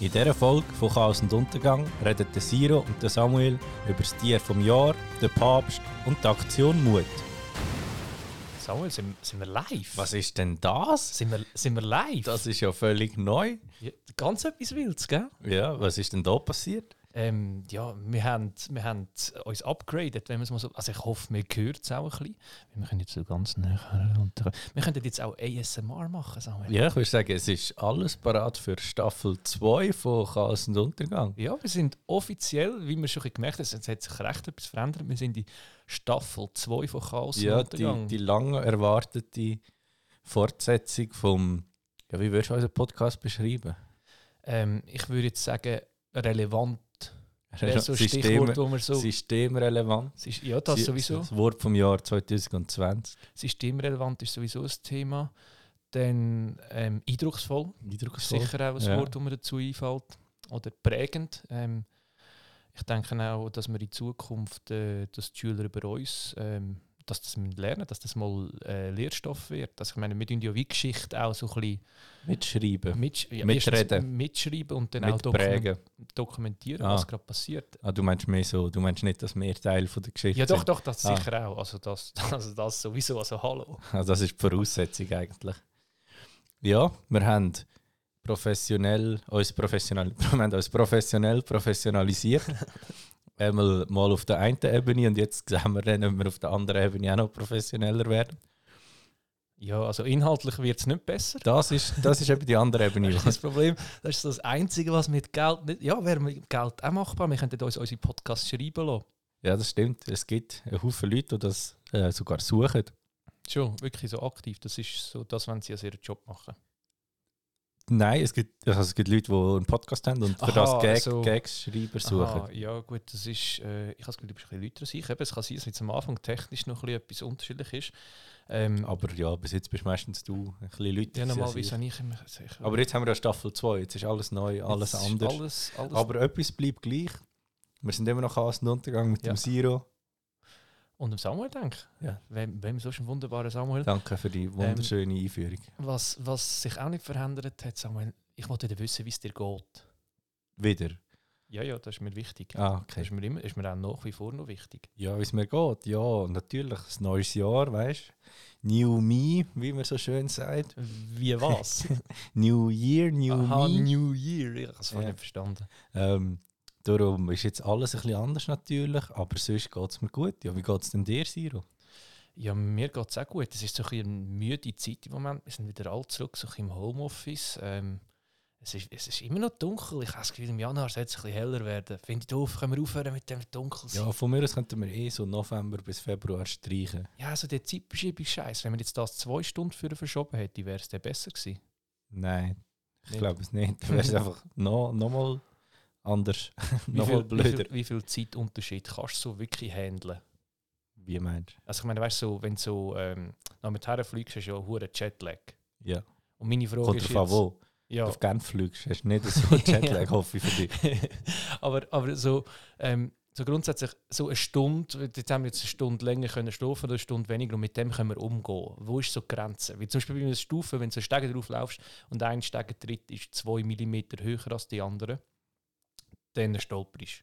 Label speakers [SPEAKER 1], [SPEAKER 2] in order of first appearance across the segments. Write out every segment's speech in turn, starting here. [SPEAKER 1] In dieser Folge von Chaos und Untergang reden der Siro und der Samuel über das Tier vom Jahr, den Papst und die Aktion Mut.
[SPEAKER 2] Samuel, sind, sind wir live?
[SPEAKER 1] Was ist denn das?
[SPEAKER 2] Sind wir, sind wir live?
[SPEAKER 1] Das ist ja völlig neu.
[SPEAKER 2] Ja, ganz etwas Wildes, gell?
[SPEAKER 1] Ja, was ist denn da passiert?
[SPEAKER 2] Ähm, ja, wir haben, wir haben uns upgraded, wenn man es mal so... Also ich hoffe, wir hören es auch ein bisschen. Wir können jetzt so ganz näher runter... Wir könnten jetzt auch ASMR machen, Samuel.
[SPEAKER 1] Ja, ich würde sagen, es ist alles parat für Staffel 2 von Chaos und Untergang.
[SPEAKER 2] Ja, wir sind offiziell, wie wir schon ein bisschen gemerkt haben, es hat sich recht etwas verändert. Wir sind in Staffel 2 von Chaos
[SPEAKER 1] Ja,
[SPEAKER 2] und
[SPEAKER 1] die,
[SPEAKER 2] Untergang.
[SPEAKER 1] die lange erwartete Fortsetzung vom... Ja, wie würdest du unseren Podcast beschreiben?
[SPEAKER 2] ähm, ich würde jetzt sagen, relevant wäre so ein
[SPEAKER 1] System-
[SPEAKER 2] Stichwort, wo man so...
[SPEAKER 1] Systemrelevant.
[SPEAKER 2] Syst- ja, das
[SPEAKER 1] Sie-
[SPEAKER 2] sowieso.
[SPEAKER 1] Das Wort vom Jahr 2020.
[SPEAKER 2] Systemrelevant ist sowieso ein Thema. Dann ähm, eindrucksvoll, ist
[SPEAKER 1] Eindrucksvoll.
[SPEAKER 2] sicher auch ein
[SPEAKER 1] Ja.
[SPEAKER 2] Wort, das mir dazu einfällt. Oder prägend. Ähm, ich denke auch, dass wir in Zukunft, äh, dass die Schüler über uns, ähm, dass das müssen lernen, dass das mal äh, Lehrstoff wird. Dass, ich meine, wir tun ja wie Geschichte auch so ein bisschen
[SPEAKER 1] Mitschreiben.
[SPEAKER 2] mitsch ja,
[SPEAKER 1] Mitreden.
[SPEAKER 2] erstens mitschreiben und dann auch dokumen-
[SPEAKER 1] Mitprägen.
[SPEAKER 2] dokumentieren,
[SPEAKER 1] Ah.
[SPEAKER 2] was gerade passiert.
[SPEAKER 1] Ah, du meinst mehr so, du meinst nicht, dass wir Teil von der Geschichte
[SPEAKER 2] Ja, doch, doch, das
[SPEAKER 1] Ah.
[SPEAKER 2] sicher auch. Also das, also das sowieso, also hallo.
[SPEAKER 1] sind. Also das ist die Voraussetzung eigentlich. Ja, wir haben professionell, uns professionell, wir haben uns professionell professionalisiert. Einmal mal auf der einen Ebene und jetzt sehen wir dann, ob wir auf der anderen Ebene auch noch professioneller werden.
[SPEAKER 2] Ja, also inhaltlich wird es nicht besser.
[SPEAKER 1] Das ist, das ist eben die andere Ebene.
[SPEAKER 2] Das ist das Problem. Das ist das Einzige, was mit Geld nicht. Ja, wäre mit Geld auch machbar. Wir könnten uns unsere Podcasts schreiben lassen.
[SPEAKER 1] Ja, das stimmt. Es gibt einen Haufen Leute, die das äh, sogar suchen.
[SPEAKER 2] Schon, wirklich so aktiv. Das ist so das, wenn sie also ihren Job machen.
[SPEAKER 1] Nein, es gibt, also es gibt Leute, die einen Podcast haben und für
[SPEAKER 2] Aha,
[SPEAKER 1] das Gag,
[SPEAKER 2] also-
[SPEAKER 1] Gags-Schreiber suchen.
[SPEAKER 2] Aha, ja, gut, das ist. Äh, ich habe das Gefühl, du bist ein bisschen lauter als ich. Eben, es kann sein, dass jetzt am Anfang technisch noch ein bisschen etwas unterschiedlich ist. Ähm,
[SPEAKER 1] Aber ja, bis jetzt bist meistens du ein bisschen Leute.
[SPEAKER 2] ja,
[SPEAKER 1] als ich.
[SPEAKER 2] normalerweise habe ich immer. Ich,
[SPEAKER 1] Aber jetzt haben wir ja Staffel 2, jetzt ist alles neu, alles
[SPEAKER 2] jetzt ist
[SPEAKER 1] anders.
[SPEAKER 2] Alles, alles
[SPEAKER 1] Aber etwas bleibt gleich. Wir sind immer noch Hasen Untergang mit
[SPEAKER 2] Ja.
[SPEAKER 1] dem Siro.
[SPEAKER 2] Und dem Samuel, denke ich.
[SPEAKER 1] Ja.
[SPEAKER 2] Wem, wem so ein wunderbarer Samuel?
[SPEAKER 1] Danke für die wunderschöne Einführung.
[SPEAKER 2] Was, was sich auch nicht verändert hat, Samuel, ich wollte dann wissen, wie es dir geht.
[SPEAKER 1] Wieder.
[SPEAKER 2] Ja, ja, das ist mir wichtig.
[SPEAKER 1] Ah,
[SPEAKER 2] Das
[SPEAKER 1] okay.
[SPEAKER 2] ist mir, immer, ist mir auch nach wie vor noch wichtig.
[SPEAKER 1] Ja, wie es mir geht. Ja, natürlich. Ein neues Jahr, weißt du? New Me, wie man so schön sagt.
[SPEAKER 2] Wie was?
[SPEAKER 1] New Year, New
[SPEAKER 2] Aha,
[SPEAKER 1] Me.
[SPEAKER 2] New Year. Ich habe es
[SPEAKER 1] Ja.
[SPEAKER 2] nicht verstanden.
[SPEAKER 1] Ähm, darum ist jetzt alles ein bisschen anders natürlich, aber sonst geht es mir gut. Ja, wie geht es denn dir, Siro?
[SPEAKER 2] Ja, mir geht es auch gut. Es ist so ein bisschen eine müde Zeit im Moment. Wir sind wieder all zurück, so ein bisschen im Homeoffice. Ähm, es, ist, es ist immer noch dunkel. Ich habe das Gefühl, im Januar soll es ein bisschen heller werden. Finde ich doof, können wir aufhören mit dem Dunkelsein?
[SPEAKER 1] Ja, von mir aus könnten wir eh so November bis Februar streichen.
[SPEAKER 2] Ja, also der Zeitverschiebung scheiße. Wenn man jetzt das zwei Stunden für verschoben hätte, wäre es dann besser gewesen.
[SPEAKER 1] Nein, ich
[SPEAKER 2] Nicht?
[SPEAKER 1] glaube es nicht. Dann wäre es einfach noch, noch mal anders,
[SPEAKER 2] Wie
[SPEAKER 1] noch mal
[SPEAKER 2] viel, wie,
[SPEAKER 1] blöder.
[SPEAKER 2] viel, wie viel Zeitunterschied kannst du so wirklich handeln?
[SPEAKER 1] Wie meinst
[SPEAKER 2] Also ich meine, weißt du, so, nou wenn du so ähm, nach mit fliegst, hast du ja einen hohen Jetlag.
[SPEAKER 1] du? Ja,
[SPEAKER 2] Und meine Frage
[SPEAKER 1] kommt
[SPEAKER 2] ist
[SPEAKER 1] drauf an
[SPEAKER 2] jetzt...
[SPEAKER 1] wo.
[SPEAKER 2] Ja.
[SPEAKER 1] Wenn du Auf Genf fliegst, hast du nicht so einen Jetlag,
[SPEAKER 2] Ja.
[SPEAKER 1] hoffe ich für dich.
[SPEAKER 2] aber, aber so, ähm, so grundsätzlich, so eine Stunde, jetzt haben wir jetzt eine Stunde länger können schlafen oder eine Stunde weniger und mit dem können wir umgehen. Wo ist so die Grenze? Wie zum Beispiel bei einer Stufe, wenn du so Stege drauf laufst und ein Stegentritt ist zwei Millimeter höher als die andere, dann stolperst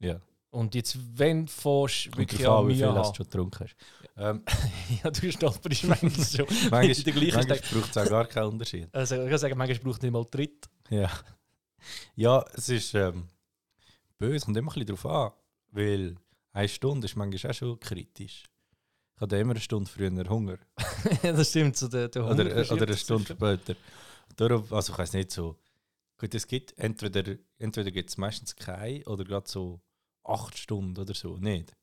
[SPEAKER 2] du.
[SPEAKER 1] Ja.
[SPEAKER 2] Und jetzt, wenn du fährst,
[SPEAKER 1] Kommt
[SPEAKER 2] wirklich
[SPEAKER 1] drauf an,
[SPEAKER 2] an
[SPEAKER 1] wie
[SPEAKER 2] Mühe
[SPEAKER 1] viel hast du
[SPEAKER 2] hast.
[SPEAKER 1] schon getrunken hast. Ähm,
[SPEAKER 2] Ja, du stolperst manchmal schon.
[SPEAKER 1] manchmal
[SPEAKER 2] der gleichen
[SPEAKER 1] manchmal braucht es auch gar keinen Unterschied.
[SPEAKER 2] Also ich kann sagen, manchmal braucht es nicht mal Tritt.
[SPEAKER 1] Ja. Ja, es ist ähm, böse, kommt immer ein bisschen drauf an, weil eine Stunde ist manchmal auch schon kritisch. Ich hatte immer eine Stunde früher Hunger
[SPEAKER 2] das stimmt, so der, der Hunger
[SPEAKER 1] oder, äh,
[SPEAKER 2] verschiebt
[SPEAKER 1] oder eine
[SPEAKER 2] sich
[SPEAKER 1] Stunde
[SPEAKER 2] sicher.
[SPEAKER 1] später. Darum, also ich weiß nicht so. Gut, es gibt entweder, entweder gibt es meistens keine oder gerade so acht Stunden oder so. Nicht.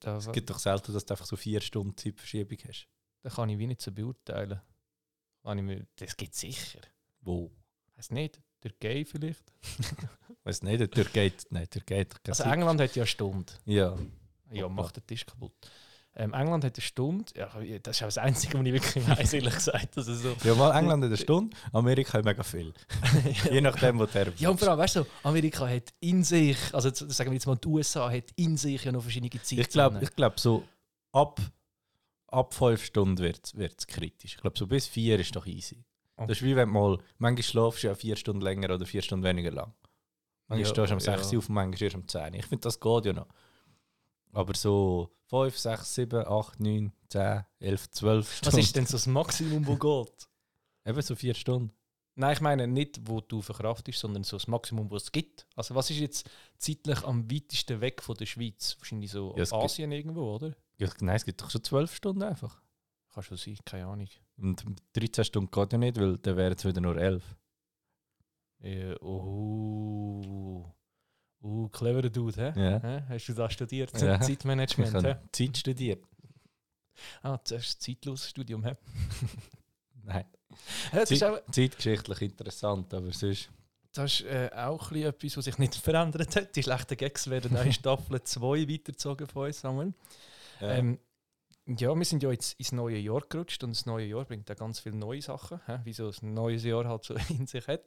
[SPEAKER 2] Da,
[SPEAKER 1] Es gibt doch selten, dass du einfach so vier Stunden Zeitverschiebung hast.
[SPEAKER 2] da kann ich wie nicht so beurteilen. Kann ich mir, das gibt es sicher.
[SPEAKER 1] Wo?
[SPEAKER 2] Weiß nicht, Türkei vielleicht.
[SPEAKER 1] Weiß nicht, der Türkei, nein, der Türkei hat keine
[SPEAKER 2] Also
[SPEAKER 1] Zeit.
[SPEAKER 2] England hat ja eine Stunde.
[SPEAKER 1] Ja.
[SPEAKER 2] Ja,
[SPEAKER 1] Opa.
[SPEAKER 2] macht den Tisch kaputt. Ähm, England hat eine Stunde. Ja, das ist auch das Einzige, was ich wirklich weiß, ehrlich gesagt. Also so.
[SPEAKER 1] ja, mal England hat eine Stunde, Amerika hat mega viel. Je nachdem, wo der
[SPEAKER 2] Ja, und vor allem, weißt du, Amerika hat in sich, also z- sagen wir jetzt mal, die USA hat in sich ja noch verschiedene Zeiten.
[SPEAKER 1] Ich glaube, ich glaub, so ab, ab fünf Stunden wird es kritisch. Ich glaube, so bis vier ist doch easy. Das ist wie wenn du mal, manchmal schlafst du ja vier Stunden länger oder vier Stunden weniger lang. Manchmal
[SPEAKER 2] Ja,
[SPEAKER 1] stehst du am
[SPEAKER 2] ja.
[SPEAKER 1] 6 Uhr auf, manchmal erst am 10 Uhr. Ich finde, das geht ja noch. Aber so 5, 6, 7, 8, 9, 10, 11, 12 Stunden.
[SPEAKER 2] Was ist denn so das Maximum, wo geht?
[SPEAKER 1] Eben so 4 Stunden.
[SPEAKER 2] Nein, ich meine nicht, wo du verkraftest, sondern so das Maximum, wo es gibt. Also was ist jetzt zeitlich am weitesten weg von der Schweiz? Wahrscheinlich so
[SPEAKER 1] Ja, es gibt-
[SPEAKER 2] Asien irgendwo, oder?
[SPEAKER 1] Ja, nein, es gibt doch schon 12 Stunden einfach.
[SPEAKER 2] Kann schon sein, keine Ahnung.
[SPEAKER 1] Und 13 Stunden geht ja nicht, weil dann wären es wieder nur 11.
[SPEAKER 2] Ja, Äh, oh, oh, cleverer Dude, hä?
[SPEAKER 1] Ja.
[SPEAKER 2] Hä? Hast du das studiert?
[SPEAKER 1] Ja. Ich
[SPEAKER 2] Zeitmanagement, hä?
[SPEAKER 1] habe Zeit studiert.
[SPEAKER 2] Ah, das ist ein zeitloses Studium, hä?
[SPEAKER 1] Nein,
[SPEAKER 2] Hä, Das ist, auch,
[SPEAKER 1] zeitgeschichtlich interessant, aber sonst...
[SPEAKER 2] das ist äh, auch ein bisschen etwas, was sich nicht verändert hat. Die schlechten Gags werden auch in Staffel 2 weitergezogen von uns, Samuel.
[SPEAKER 1] Ja.
[SPEAKER 2] Ähm, ja, wir sind ja jetzt ins neue Jahr gerutscht und das neue Jahr bringt ja ganz viele neue Sachen, hä? wie so ein neues Jahr halt so in sich hat.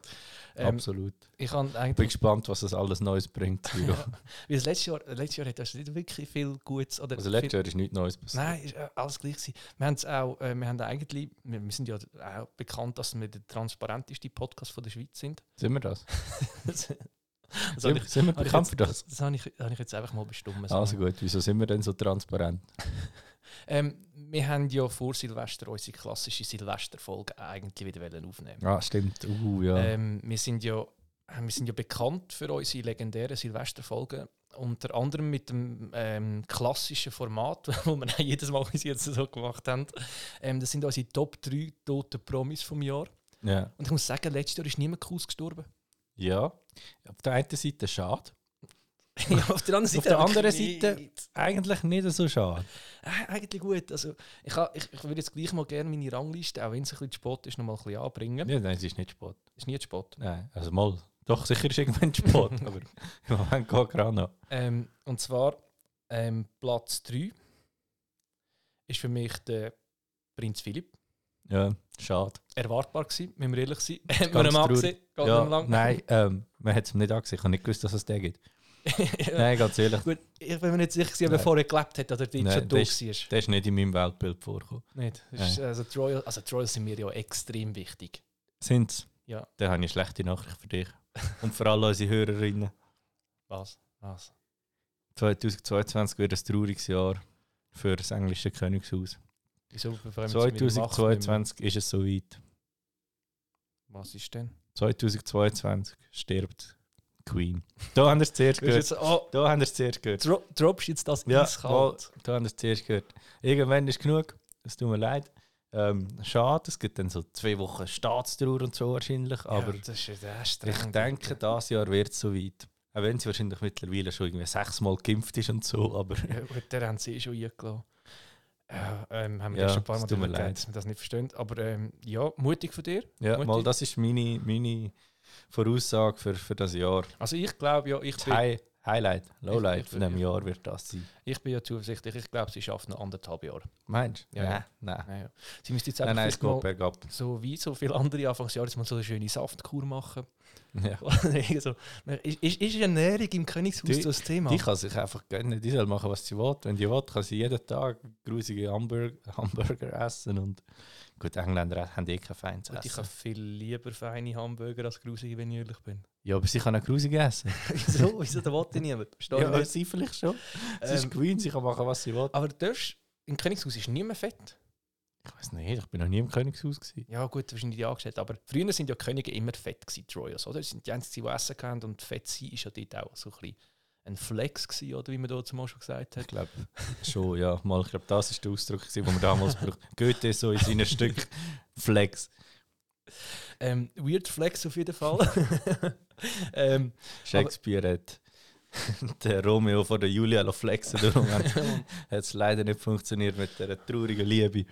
[SPEAKER 2] Ähm,
[SPEAKER 1] Absolut.
[SPEAKER 2] ich kann
[SPEAKER 1] Ich bin
[SPEAKER 2] eigentlich,
[SPEAKER 1] gespannt, was das alles Neues bringt. Viro.
[SPEAKER 2] weil das letzte Jahr, äh, letztes Jahr hat das nicht wirklich viel Gutes oder
[SPEAKER 1] Also
[SPEAKER 2] viel-
[SPEAKER 1] letztes Jahr ist nichts Neues passiert.
[SPEAKER 2] Nein, ist äh, alles gleich. Gewesen. Wir, haben's auch, äh, wir haben eigentlich, wir, wir sind ja auch bekannt, dass wir der transparenteste Podcast von der Schweiz sind.
[SPEAKER 1] Sind wir das?
[SPEAKER 2] das habe
[SPEAKER 1] Sind,
[SPEAKER 2] Also, ich,
[SPEAKER 1] sind wir
[SPEAKER 2] hab ich
[SPEAKER 1] bekannt für das?
[SPEAKER 2] das habe ich, habe ich jetzt einfach mal bestimmt.
[SPEAKER 1] Also gut, wieso sind wir denn so transparent?
[SPEAKER 2] Ähm, wir haben ja vor Silvester unsere klassische Silvesterfolge eigentlich wieder wollen aufnehmen.
[SPEAKER 1] Ah, stimmt. Uh, ja.
[SPEAKER 2] Ähm, wir, sind ja, äh, wir sind ja bekannt für unsere legendären Silvesterfolgen. Unter anderem mit dem ähm, klassischen Format, wo wir auch jedes Mal bis jetzt so gemacht haben. Ähm, das sind unsere Top 3 toten Promis vom Jahr.
[SPEAKER 1] ja.
[SPEAKER 2] Und ich muss sagen, letztes Jahr ist niemand cool gestorben.
[SPEAKER 1] ja. Auf der einen Seite schade.
[SPEAKER 2] auf der anderen Seite.
[SPEAKER 1] Auf der
[SPEAKER 2] einfach
[SPEAKER 1] anderen
[SPEAKER 2] nicht.
[SPEAKER 1] Seite- Eigentlich nicht so schade.
[SPEAKER 2] Äh, eigentlich gut. Also, ich, ha- ich, ich würde jetzt gleich mal gerne meine Rangliste, auch wenn es ein bisschen zu spät ist, noch mal ein bisschen anbringen.
[SPEAKER 1] Ja, nein, es ist nicht Sport.
[SPEAKER 2] Ist nie zu spät.
[SPEAKER 1] Nein, also mal. Doch, sicher ist irgendwann Sport, aber im Moment geht gerade noch.
[SPEAKER 2] Ähm, und zwar ähm, Platz 3 ist für mich der Prinz Philipp.
[SPEAKER 1] Ja, schade.
[SPEAKER 2] Erwartbar gewesen, müssen wir ehrlich sein. Hat man
[SPEAKER 1] ganz
[SPEAKER 2] ihn angesehen?
[SPEAKER 1] traurig.
[SPEAKER 2] Geht
[SPEAKER 1] Ja,
[SPEAKER 2] nicht lang.
[SPEAKER 1] nein, ähm, man hat es nicht angesehen. Ich habe nicht gewusst, dass es den gibt.
[SPEAKER 2] Ja.
[SPEAKER 1] Nein, ganz ehrlich,
[SPEAKER 2] Gut, ich bin mir nicht sicher, gewesen, ob er
[SPEAKER 1] Nein.
[SPEAKER 2] vorher gelebt hat oder dort
[SPEAKER 1] Nein,
[SPEAKER 2] schon
[SPEAKER 1] das
[SPEAKER 2] durch war.
[SPEAKER 1] der ist nicht in meinem Weltbild vorgekommen.
[SPEAKER 2] Nicht. Das Ist, also, die Royals, also die Royals sind mir ja extrem wichtig.
[SPEAKER 1] Sind's?
[SPEAKER 2] Ja.
[SPEAKER 1] Dann habe ich eine schlechte Nachricht für dich. Und vor allem unsere Hörerinnen.
[SPEAKER 2] Was? Was?
[SPEAKER 1] 2022 wird ein trauriges Jahr für das englische Königshaus.
[SPEAKER 2] Wieso befreuen wir uns mit der Macht nicht mehr?
[SPEAKER 1] 2022 ist es soweit.
[SPEAKER 2] Was ist denn?
[SPEAKER 1] 2022 stirbt Queen. Da haben wir es zuerst
[SPEAKER 2] Ist
[SPEAKER 1] gehört.
[SPEAKER 2] Jetzt, oh,
[SPEAKER 1] Da haben wir es zuerst gehört.
[SPEAKER 2] dro droppst jetzt das
[SPEAKER 1] Ja,
[SPEAKER 2] eiskalt?
[SPEAKER 1] Da haben wir es zuerst gehört. Irgendwann ist genug. Es tut mir leid. Ähm, schade, es gibt dann so zwei Wochen Staatstrauer und so wahrscheinlich. Aber
[SPEAKER 2] ja, das ist, das ist
[SPEAKER 1] ich
[SPEAKER 2] streng,
[SPEAKER 1] denke,
[SPEAKER 2] Alter.
[SPEAKER 1] dieses Jahr wird es soweit. Auch wenn sie wahrscheinlich mittlerweile schon irgendwie sechsmal geimpft ist und so. Aber
[SPEAKER 2] Ja, gut, der haben sie eh schon eingeladen. Ja, ähm, haben wir
[SPEAKER 1] Ja,
[SPEAKER 2] das schon ein paar Mal
[SPEAKER 1] es tut mir
[SPEAKER 2] darüber
[SPEAKER 1] leid.
[SPEAKER 2] geredet, dass wir das nicht verstehen. Aber ähm, ja, mutig von dir.
[SPEAKER 1] ja,
[SPEAKER 2] Mutig.
[SPEAKER 1] mal, das ist meine, meine Voraussage für, für das Jahr.
[SPEAKER 2] Also ich glaube ja, ich
[SPEAKER 1] Das
[SPEAKER 2] bin,
[SPEAKER 1] High, Highlight, Lowlight
[SPEAKER 2] Ich-
[SPEAKER 1] von diesem Jahr wird das sein.
[SPEAKER 2] ich bin ja zuversichtlich. Ich glaube, sie schafft noch anderthalb Jahre.
[SPEAKER 1] Meinst du?
[SPEAKER 2] Ja, ja.
[SPEAKER 1] Nein.
[SPEAKER 2] Ja, ja. Sie müsste jetzt
[SPEAKER 1] Nein, nein,
[SPEAKER 2] einfach
[SPEAKER 1] es geht
[SPEAKER 2] mal
[SPEAKER 1] bergab.
[SPEAKER 2] so wie so viele andere Anfangsjahre, dass man so eine schöne Saftkur machen.
[SPEAKER 1] Ja.
[SPEAKER 2] so, ist, ist, ist Ernährung im Königshaus
[SPEAKER 1] Die-
[SPEAKER 2] so das Thema?
[SPEAKER 1] Die kann sich einfach gönnen, die soll machen, was sie will. Wenn die will, kann sie jeden Tag grusige Hamburger, Hamburger essen. Und gut, Engländer haben eh kein feines
[SPEAKER 2] Gut, ich
[SPEAKER 1] Essen.
[SPEAKER 2] habe viel lieber feine Hamburger als grusige, wenn ich ehrlich bin.
[SPEAKER 1] Ja, aber sie kann auch grusige essen.
[SPEAKER 2] wieso? Wieso? Da wollte ich niemand. Verstehe
[SPEAKER 1] ja,
[SPEAKER 2] ich nicht.
[SPEAKER 1] sie vielleicht schon. Sie
[SPEAKER 2] Ähm,
[SPEAKER 1] ist Queen, sie kann machen, was sie will.
[SPEAKER 2] aber darfst, im Königshaus ist niemand fett.
[SPEAKER 1] Ich weiß nicht, Also ich bin noch nie im Königshaus. Gewesen.
[SPEAKER 2] Ja, gut, wahrscheinlich die angestellt. Aber früher sind ja die Könige immer fett, gewesen, die Royals, oder? Das sind die einzigen, die Essen hatten. Und fett sein ist ja dort auch so ein, bisschen ein Flex, gewesen, oder wie man da zumal schon gesagt
[SPEAKER 1] Ich
[SPEAKER 2] hat.
[SPEAKER 1] glaube schon, ja. Mal, ich glaube, das ist der Ausdruck, gewesen, den man damals braucht. Goethe so in seinen Stück Flex.
[SPEAKER 2] Ähm, Weird Flex auf jeden Fall. ähm,
[SPEAKER 1] Shakespeare hat den Romeo von der Julia lassen flexen darum hat es leider nicht funktioniert mit dieser traurigen Liebe.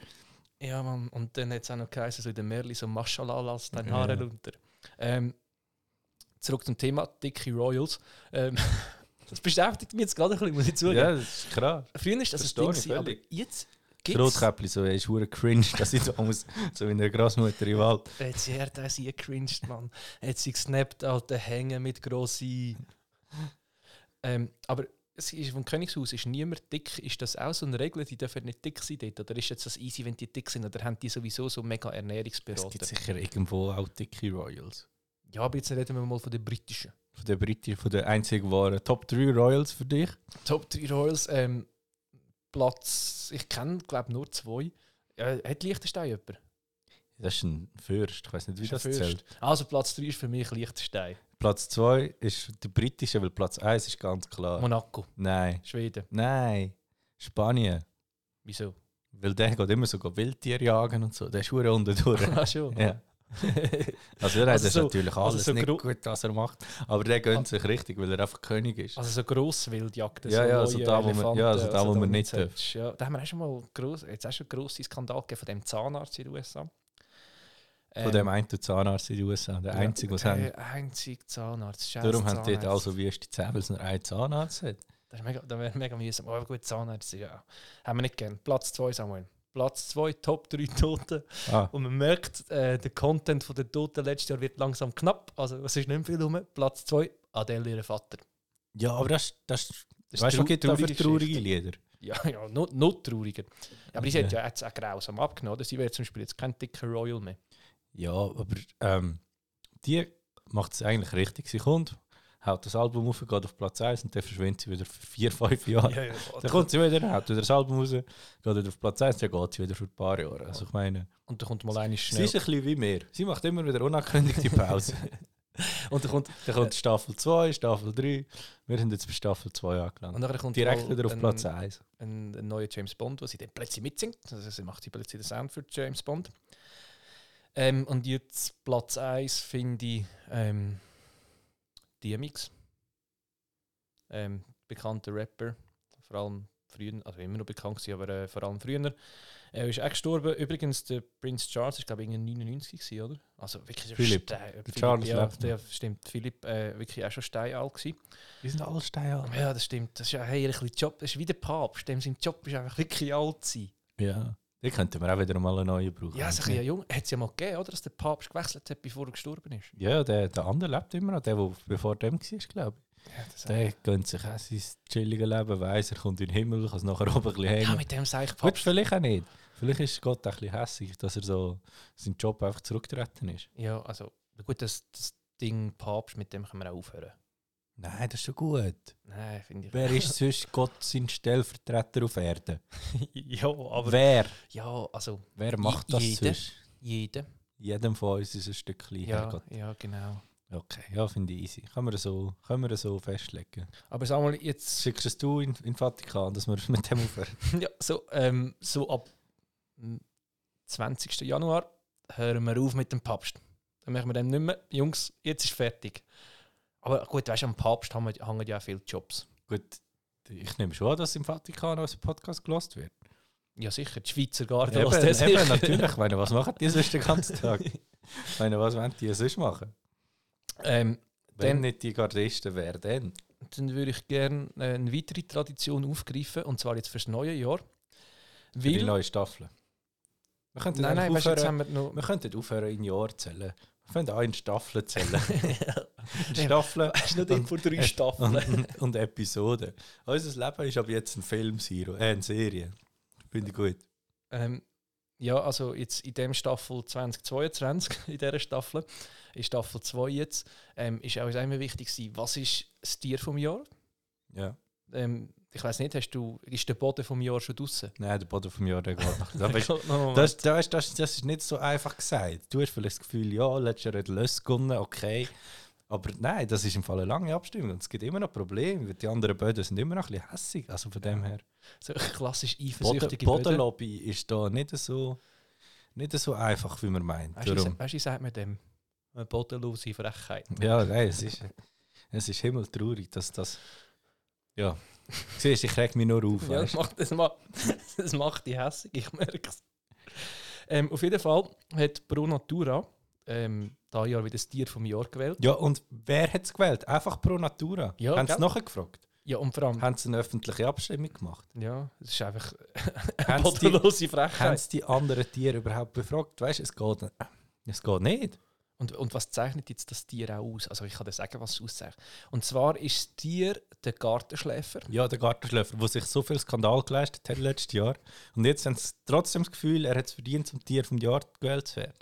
[SPEAKER 2] ja, Mann. Und dann hat es auch noch geheißen, so in der Merli, so Maschallah, lass deine
[SPEAKER 1] Ja.
[SPEAKER 2] Haare runter. Ähm, zurück zum Thema dicke Royals. Ähm, das beschäftigt mich jetzt gerade ein bisschen, muss ich zugeben.
[SPEAKER 1] Ja, das ist krass.
[SPEAKER 2] Früher ist das ein
[SPEAKER 1] Verstehe
[SPEAKER 2] Ding,
[SPEAKER 1] ich
[SPEAKER 2] gewesen, aber
[SPEAKER 1] völlig.
[SPEAKER 2] jetzt
[SPEAKER 1] Das
[SPEAKER 2] gibt es...
[SPEAKER 1] Rotkäppli so, ey, ist hure cringe, dass ich da muss, so in der Großmutter im Wald.
[SPEAKER 2] Jetzt sie hat auch sie gecringed, eh Mann. Hat sie gesnappt, alte Hängen mit grossen. Ähm, aber es ist vom Königshaus ist niemand dick. Ist das auch so eine Regel, die dürfen nicht dick sein dort? Oder ist jetzt das easy, wenn die dick sind? Oder haben die sowieso so mega
[SPEAKER 1] Es gibt
[SPEAKER 2] Ernährungsberater?
[SPEAKER 1] sicher irgendwo auch dicke Royals.
[SPEAKER 2] Ja, aber jetzt reden wir mal von den britischen.
[SPEAKER 1] Von der Briten, von der einzigen wahren Top 3 Royals für dich.
[SPEAKER 2] Top 3 Royals, ähm, Platz, ich kenne glaube nur zwei. Äh, hat Liechtenstein jemand?
[SPEAKER 1] Das ist ein Fürst. Ich weiß nicht, wie
[SPEAKER 2] Ist
[SPEAKER 1] das
[SPEAKER 2] der Fürst?
[SPEAKER 1] zählt.
[SPEAKER 2] Also Platz 3 ist für mich Liechtenstein.
[SPEAKER 1] Platz 2 ist der britische, weil Platz 1 ist ganz klar.
[SPEAKER 2] Monaco,
[SPEAKER 1] Nein.
[SPEAKER 2] Schweden.
[SPEAKER 1] Nein. Spanien.
[SPEAKER 2] Wieso?
[SPEAKER 1] Weil der geht immer so Wildtier jagen und so. Der ist hure unten durch.
[SPEAKER 2] ah, schon.
[SPEAKER 1] ja. Also der
[SPEAKER 2] Also
[SPEAKER 1] hat
[SPEAKER 2] so-
[SPEAKER 1] natürlich alles
[SPEAKER 2] so
[SPEAKER 1] nicht
[SPEAKER 2] gro-
[SPEAKER 1] gut, was er macht. Aber der gönnt sich richtig, weil er einfach König ist.
[SPEAKER 2] also so Grosswildjagden.
[SPEAKER 1] Ja, ja, so
[SPEAKER 2] neue
[SPEAKER 1] da, wo man-
[SPEAKER 2] Elefanten
[SPEAKER 1] ja, so
[SPEAKER 2] und
[SPEAKER 1] da, wo
[SPEAKER 2] da,
[SPEAKER 1] man nicht
[SPEAKER 2] jetzt hast- Ja, da haben wir auch schon mal gross, jetzt auch schon grosse Skandal gegeben von dem Zahnarzt in den USA.
[SPEAKER 1] Von dem einen Zahnarzt in den USA. Der einzige, was
[SPEAKER 2] Also, Ähm, der
[SPEAKER 1] haben.
[SPEAKER 2] einzige Zahnarzt. scheiß
[SPEAKER 1] Darum haben die also-
[SPEAKER 2] Zahnärzte.
[SPEAKER 1] dort auch so wüste Zähne, weil es nur einen Zahnarzt hat.
[SPEAKER 2] Das, ist mega, das wäre mega mühsam. Aber gut, Zahnärzte, ja. Haben wir nicht gern. Platz 2, Samuel. Platz 2, Top 3 Toten.
[SPEAKER 1] Ah,
[SPEAKER 2] Und man merkt, äh, der Content von der Toten letztes Jahr wird langsam knapp. Also es ist nicht mehr viel rum. Platz 2, Adele, ihr Vater.
[SPEAKER 1] ja, aber das, das,
[SPEAKER 2] Das
[SPEAKER 1] weißt
[SPEAKER 2] ist
[SPEAKER 1] du, was
[SPEAKER 2] trau-
[SPEAKER 1] gibt es da für
[SPEAKER 2] traurige
[SPEAKER 1] traurige
[SPEAKER 2] Geschichte.
[SPEAKER 1] Lieder?
[SPEAKER 2] Ja, ja, noch, noch trauriger. Aber die hat
[SPEAKER 1] Ja.
[SPEAKER 2] ja jetzt auch grausam abgenommen. oder? Sie wäre zum Beispiel jetzt kein dicker Royal mehr.
[SPEAKER 1] Ja, aber ähm, die macht es eigentlich richtig. Sie kommt, haut das dus Album auf, geht auf Platz 1 und dann verschwindet sie wieder für 4, 5 Jahre.
[SPEAKER 2] ja,
[SPEAKER 1] Dann kommt sie wieder, haut wieder das dus Album raus, geht wieder auf Platz 1, dann geht sie wieder für ein paar Jahre. Also ich meine,
[SPEAKER 2] Und dann kommt mal eine
[SPEAKER 1] sie
[SPEAKER 2] schnell.
[SPEAKER 1] ist ein bisschen wie mir. Sie macht immer wieder unangekündigte Pausen.
[SPEAKER 2] Und dann kommt,
[SPEAKER 1] dann kommt Staffel 2, Staffel 3. Wir sind jetzt bei Staffel 2
[SPEAKER 2] und
[SPEAKER 1] angelangt.
[SPEAKER 2] dann kommt
[SPEAKER 1] Direkt
[SPEAKER 2] mal
[SPEAKER 1] wieder auf
[SPEAKER 2] ein-
[SPEAKER 1] Platz 1.
[SPEAKER 2] ein, ein neuer James Bond, der sie dann plötzlich mitsingt. Also sie macht sie plötzlich den Sound für James Bond. Ähm, und jetzt Platz 1 finde ich ähm, DMX. Ähm, bekannter Rapper, vor allem früher, also immer noch bekannt gewesen, aber äh, vor allem früher. Er ist auch gestorben. Übrigens, der Prince Charles ist glaube ich irgendwie 99 gewesen, oder? Also wirklich so
[SPEAKER 1] Philipp.
[SPEAKER 2] Stein, Philipp,
[SPEAKER 1] Charles
[SPEAKER 2] ja,
[SPEAKER 1] lebt noch.
[SPEAKER 2] der, stimmt. Philipp äh, wirklich auch schon steinalt gewesen.
[SPEAKER 1] Wir sind alle steinalt.
[SPEAKER 2] Ja, das stimmt. Das ist ja hey, ein bisschen Job. Das ist wie der Papst. Dem sein Job ist einfach wirklich alt zu sein.
[SPEAKER 1] Ja. Die könnten wir auch wieder mal einen neuen brauchen.
[SPEAKER 2] Ja, so ein bisschen jung. Hat es ja mal gegeben, oder? Dass der Papst gewechselt hat, bevor er gestorben ist.
[SPEAKER 1] ja der, der andere lebt immer noch, der, der bevor dem war, glaube ich.
[SPEAKER 2] Ja, das
[SPEAKER 1] Der gönnt sich auch sein chilliges Leben, weiss, er kommt in den Himmel, kann es nachher oben ein bisschen
[SPEAKER 2] ja,
[SPEAKER 1] hängen.
[SPEAKER 2] mit dem sage ich
[SPEAKER 1] Gut,
[SPEAKER 2] Papst.
[SPEAKER 1] vielleicht auch nicht. Vielleicht ist Gott auch ein bisschen hässig, dass er so seinen Job einfach zurückgetreten ist.
[SPEAKER 2] Ja, also gut, das, das Ding Papst, mit dem können wir auch aufhören.
[SPEAKER 1] Nein, das ist schon gut.
[SPEAKER 2] Nein, finde ich.
[SPEAKER 1] Wer ist sonst Gott sein Stellvertreter auf Erden?
[SPEAKER 2] ja, aber.
[SPEAKER 1] Wer?
[SPEAKER 2] Ja, also
[SPEAKER 1] Wer macht das
[SPEAKER 2] jeder.
[SPEAKER 1] sonst?
[SPEAKER 2] jeder.
[SPEAKER 1] Jedem von uns ist ein Stückchen
[SPEAKER 2] Ja,
[SPEAKER 1] Herrgott.
[SPEAKER 2] ja, genau.
[SPEAKER 1] Okay, ja, finde ich easy. Können wir das so, können wir das so festlegen.
[SPEAKER 2] Aber sag mal, jetzt.
[SPEAKER 1] Schickst es du in, in den Vatikan, dass wir mit dem aufhören?
[SPEAKER 2] Ja, so, ähm, so ab dem 20. Januar hören wir auf mit dem Papst. Dann machen wir den nicht mehr. Jungs, jetzt ist fertig. Aber gut, weißt du, am Papst haben wir- hängen ja auch viele Jobs.
[SPEAKER 1] Gut, ich nehme schon an, dass im Vatikan unser Podcast gelost wird.
[SPEAKER 2] Ja, sicher, die Schweizer Garde.
[SPEAKER 1] Eben,
[SPEAKER 2] lässt das
[SPEAKER 1] eben,
[SPEAKER 2] sicher.
[SPEAKER 1] natürlich. Ich Meine, was machen die sonst den ganzen Tag? Ich Meine, was wollen die sonst machen?
[SPEAKER 2] ähm,
[SPEAKER 1] Wenn
[SPEAKER 2] Dann-
[SPEAKER 1] nicht die Gardisten, wer denn?
[SPEAKER 2] dann würde ich gerne äh, eine weitere Tradition aufgreifen, und zwar jetzt fürs neue Jahr.
[SPEAKER 1] Für die
[SPEAKER 2] Weil,
[SPEAKER 1] neue Staffel. Wir könnten,
[SPEAKER 2] nein, nein,
[SPEAKER 1] eigentlich
[SPEAKER 2] weißt, du, jetzt
[SPEAKER 1] aufhören,
[SPEAKER 2] haben wir noch.
[SPEAKER 1] wir könnten aufhören in Jahren zu zählen. Wir könnten auch in Staffeln zählen. in
[SPEAKER 2] Ja.
[SPEAKER 1] Staffeln
[SPEAKER 2] Weißt du noch den vor drei
[SPEAKER 1] äh,
[SPEAKER 2] Staffeln?
[SPEAKER 1] und, und Episoden. Unser Leben ist ab jetzt ein Film, Siro, äh, eine Serie. Finde ich gut.
[SPEAKER 2] Ähm, ja, also jetzt in dem Staffel 2022, in dieser Staffel, in Staffel 2 jetzt, ähm, ist auch immer wichtig gewesen, was ist das Tier vom Jahr?
[SPEAKER 1] Ja.
[SPEAKER 2] Ähm, ich weiß nicht, hast du, ist der Boden vom Jahr schon draußen?
[SPEAKER 1] Nein, der Boden vom Jahr, der geht noch. Da bist-
[SPEAKER 2] das
[SPEAKER 1] Das, das, das, das ist nicht so einfach gesagt. Du hast vielleicht das Gefühl, ja, letztes Jahr hat Lös gewonnen, okay. Aber nein, das ist im Fall eine lange Abstimmung und es gibt immer noch Probleme, weil die anderen Böden sind immer noch ein bisschen hässig. Also von dem her.
[SPEAKER 2] so klassisch
[SPEAKER 1] Boden,
[SPEAKER 2] eifersüchtige Boden.
[SPEAKER 1] Bodenlobby ist da nicht so, nicht so einfach, wie man meint.
[SPEAKER 2] Weißt du, wie
[SPEAKER 1] Darum.
[SPEAKER 2] sa- weißt du, wie sagt man dem? Eine bodenlose Frechheit.
[SPEAKER 1] Ja, nein, es ist, es ist himmeltraurig, dass das. Ja. Siehst du, ich reg mich nur auf.
[SPEAKER 2] Ja,
[SPEAKER 1] Ja,
[SPEAKER 2] das macht, das, macht, das macht die hässig, ich merke es. Ähm, auf jeden Fall hat Pro Natura ähm, dieses Jahr wieder das Tier vom Jahr gewählt.
[SPEAKER 1] ja und wer hat es gewählt? Einfach pro Natura.
[SPEAKER 2] Ja,
[SPEAKER 1] Haben sie
[SPEAKER 2] gell?
[SPEAKER 1] nachher gefragt?
[SPEAKER 2] Ja, und vor allem,
[SPEAKER 1] Haben sie eine öffentliche Abstimmung gemacht?
[SPEAKER 2] ja, es ist einfach
[SPEAKER 1] Haben sie die-
[SPEAKER 2] bodenlose
[SPEAKER 1] Haben
[SPEAKER 2] Frechheit.
[SPEAKER 1] sie die anderen Tiere überhaupt befragt? Weißt du, es geht, es geht nicht.
[SPEAKER 2] Und, und was zeichnet jetzt das Tier auch aus? Also ich kann dir sagen, was es auszeichnet. Und zwar ist das Tier der Gartenschläfer.
[SPEAKER 1] Ja, der Gartenschläfer, der sich so viel Skandal geleistet hat letztes Jahr. Und jetzt haben sie trotzdem das Gefühl, er hat es verdient, zum Tier vom Jahr gewählt zu werden.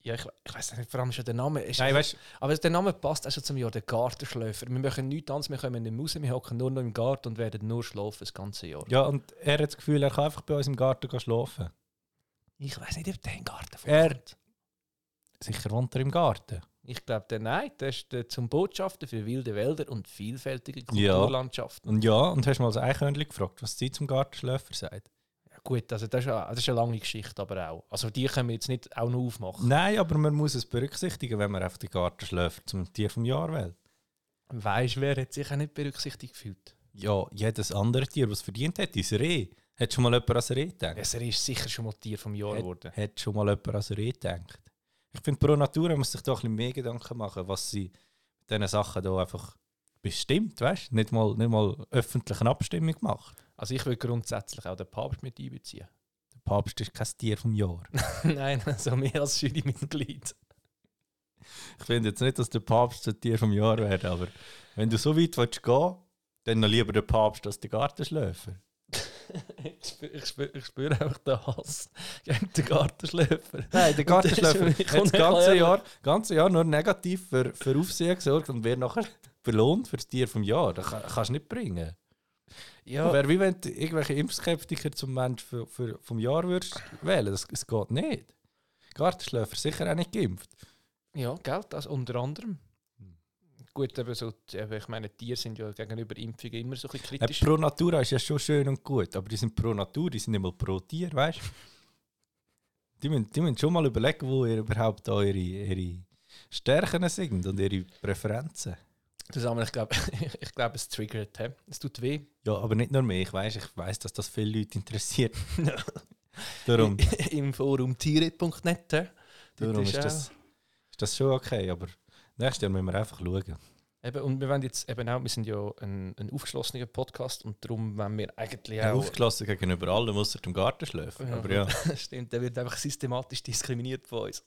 [SPEAKER 2] Ja, ich, ich weiß nicht, vor allem schon der Name. Ist
[SPEAKER 1] Nein, weißt
[SPEAKER 2] aber der Name passt auch schon zum Jahr, der Gartenschläfer. Wir machen nichts anderes, wir kommen nicht raus, wir hocken nur noch im Garten und werden nur schlafen das ganze Jahr.
[SPEAKER 1] ja, und er hat das Gefühl, er kann einfach bei uns im Garten gehen schlafen.
[SPEAKER 2] Ich weiß nicht, ob der im Garten
[SPEAKER 1] Er-
[SPEAKER 2] funktioniert.
[SPEAKER 1] Sicher wohnt er im Garten.
[SPEAKER 2] Ich glaube, der nein, der ist der, zum Botschafter für wilde Wälder und vielfältige
[SPEAKER 1] Ja.
[SPEAKER 2] Kulturlandschaften.
[SPEAKER 1] Und ja, und hast mal das Eichhörnchen gefragt, was sie zum Gartenschläfer sagt.
[SPEAKER 2] Ja. Gut, also das ist, eine, das ist eine lange Geschichte, aber auch. Also die können wir jetzt nicht auch noch aufmachen.
[SPEAKER 1] Nein, aber man muss es berücksichtigen, wenn man einfach den Gartenschläfer zum Tier vom Jahr wählt.
[SPEAKER 2] Weißt du, wer hat sich auch nicht berücksichtigt gefühlt?
[SPEAKER 1] Ja, jedes andere Tier, was verdient hat, ist ein Reh. Hat schon mal jemand an ein Reh gedacht?
[SPEAKER 2] Also, er ist sicher schon mal Tier vom Jahr
[SPEAKER 1] Hat-
[SPEAKER 2] geworden.
[SPEAKER 1] Hat schon mal jemand an ein Reh gedacht? Ich finde, Pro Natura muss sich da ein bisschen mehr Gedanken machen, was sie mit diesen Sachen hier einfach bestimmt, weißt du? Nicht mal, nicht mal öffentlich eine Abstimmung gemacht.
[SPEAKER 2] Also ich würde grundsätzlich auch den Papst mit einbeziehen.
[SPEAKER 1] Der Papst ist kein Tier vom Jahr.
[SPEAKER 2] Nein, also mehr als Jury-Mitglied.
[SPEAKER 1] Ich finde jetzt nicht, dass der Papst ein Tier vom Jahr wäre, aber wenn du so weit willst gehen dann noch lieber der Papst als der Gartenschläfer.
[SPEAKER 2] ich spüre ich spür, ich spür einfach den Hass gegen den Gartenschläfer.
[SPEAKER 1] Nein, der Gartenschläfer
[SPEAKER 2] Und das
[SPEAKER 1] hat
[SPEAKER 2] ist für mich
[SPEAKER 1] das ganze
[SPEAKER 2] unerklärlich.
[SPEAKER 1] Jahr, ganze Jahr nur negativ für, für Aufsehen gesorgt und wird nachher belohnt für das Tier vom Jahr. Das kann, kannst du nicht bringen. Ja.
[SPEAKER 2] Ja,
[SPEAKER 1] Wäre wie wenn du irgendwelche Impfskeptiker zum Mensch für, für, vom Jahr würdest wählen. Das, das geht nicht. Gartenschläfer sicher auch nicht geimpft.
[SPEAKER 2] ja gell, das unter anderem.
[SPEAKER 1] Hm.
[SPEAKER 2] Gut, eben so, eben, ich meine, Tiere sind ja gegenüber Impfungen immer so ein bisschen
[SPEAKER 1] Äh,
[SPEAKER 2] kritisch.
[SPEAKER 1] pro Natura ist ja schon schön und gut, aber die sind pro Natur, die sind nicht mal pro Tier, weißt du? Die müssen, die müssen schon mal überlegen, wo ihr überhaupt eure, ihre Stärken sind und ihre Präferenzen.
[SPEAKER 2] Zusammen, ich glaube, ich glaube, es triggert. He? Es tut weh.
[SPEAKER 1] Ja, aber nicht nur mich. Ich weiß, ich weiß, dass das viele Leute interessiert. darum,
[SPEAKER 2] Im Forum tiere.net. he? Dort
[SPEAKER 1] darum ist,
[SPEAKER 2] ist auch-
[SPEAKER 1] das, ist das schon okay, aber nächstes Jahr müssen wir einfach schauen.
[SPEAKER 2] Eben, und wir wollen jetzt eben auch, wir sind ja ein, ein aufgeschlossener Podcast und darum wollen wir eigentlich
[SPEAKER 1] Ja,
[SPEAKER 2] auch...
[SPEAKER 1] aufgelassen gegenüber allem, außer dem Gartenschläfer.
[SPEAKER 2] Ja.
[SPEAKER 1] Aber ja.
[SPEAKER 2] Stimmt, der wird einfach systematisch diskriminiert von uns.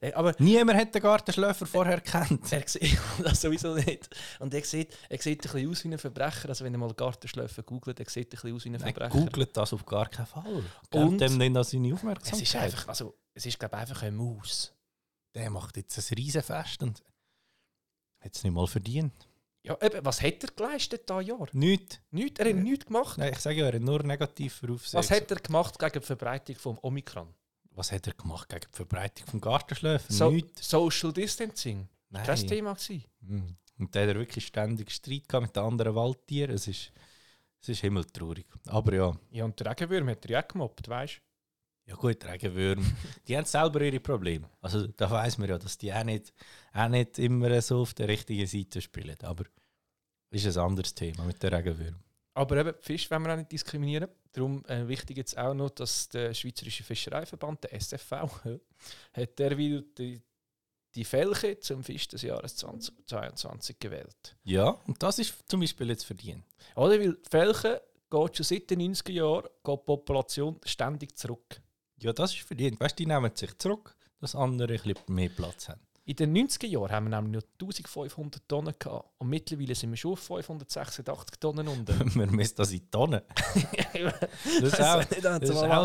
[SPEAKER 2] Nein, aber
[SPEAKER 1] Niemand hat den Gartenschläfer vorher gekannt.
[SPEAKER 2] er sieht das sowieso nicht. Und er sieht, er sieht ein bisschen aus wie ein Verbrecher. Also wenn ihr mal Gartenschläfer googelt, er sieht ein bisschen aus wie ein
[SPEAKER 1] Nein,
[SPEAKER 2] Verbrecher.
[SPEAKER 1] googelt das auf gar keinen Fall. Und
[SPEAKER 2] Und-
[SPEAKER 1] dem nicht an seine
[SPEAKER 2] es
[SPEAKER 1] Aufmerksamkeit.
[SPEAKER 2] ist einfach, also es ist glaube ich einfach eine Maus.
[SPEAKER 1] der macht jetzt ein Riesenfest und hat es nicht mal verdient.
[SPEAKER 2] Ja, eben, was hat er geleistet da Jahr?
[SPEAKER 1] Nicht.
[SPEAKER 2] Nichts, er hat nichts gemacht.
[SPEAKER 1] Nein, ich sage ja, er hat nur negativ für Aufsehen.
[SPEAKER 2] Was hat er gemacht gegen die Verbreitung vom Omikron?
[SPEAKER 1] gesorgt. Was hat er gemacht gegen die Verbreitung vom Gartenschläfer?
[SPEAKER 2] So,
[SPEAKER 1] Nichts.
[SPEAKER 2] Social Distancing.
[SPEAKER 1] Nein.
[SPEAKER 2] Kein Thema gewesen.
[SPEAKER 1] Mhm. Und da hat er wirklich ständig Streit gehabt mit den anderen Waldtieren. Es ist, es ist himmeltraurig. Aber ja.
[SPEAKER 2] Ja, und der Regenwürm hat er ja auch gemobbt, weißt du?
[SPEAKER 1] Ja gut, Regenwürmer, die haben selber ihre Probleme. Also da weiß man ja, dass die auch nicht, auch nicht immer so auf der richtigen Seite spielen. Aber ist ein anderes Thema mit den Regenwürmern.
[SPEAKER 2] Aber eben, die Fische wollen wir auch nicht diskriminieren. Darum äh, wichtig jetzt auch noch, dass der Schweizerische Fischereiverband, der SFV, hat derweil die, die Felche zum Fisch des Jahres 2022 gewählt.
[SPEAKER 1] Ja, und das ist zum Beispiel jetzt verdient.
[SPEAKER 2] Oder? Weil die Felche geht schon seit den 90er Jahren, geht die Population ständig zurück.
[SPEAKER 1] Ja, das ist verdient. Weißt du, die nehmen sich zurück, dass andere ein bisschen mehr Platz haben.
[SPEAKER 2] In den 90er Jahren haben wir nämlich nur 1500 Tonnen gehabt. Und mittlerweile sind wir schon auf 586 Tonnen unter.
[SPEAKER 1] man misst das in Tonnen. Das ist auch, das ist auch ein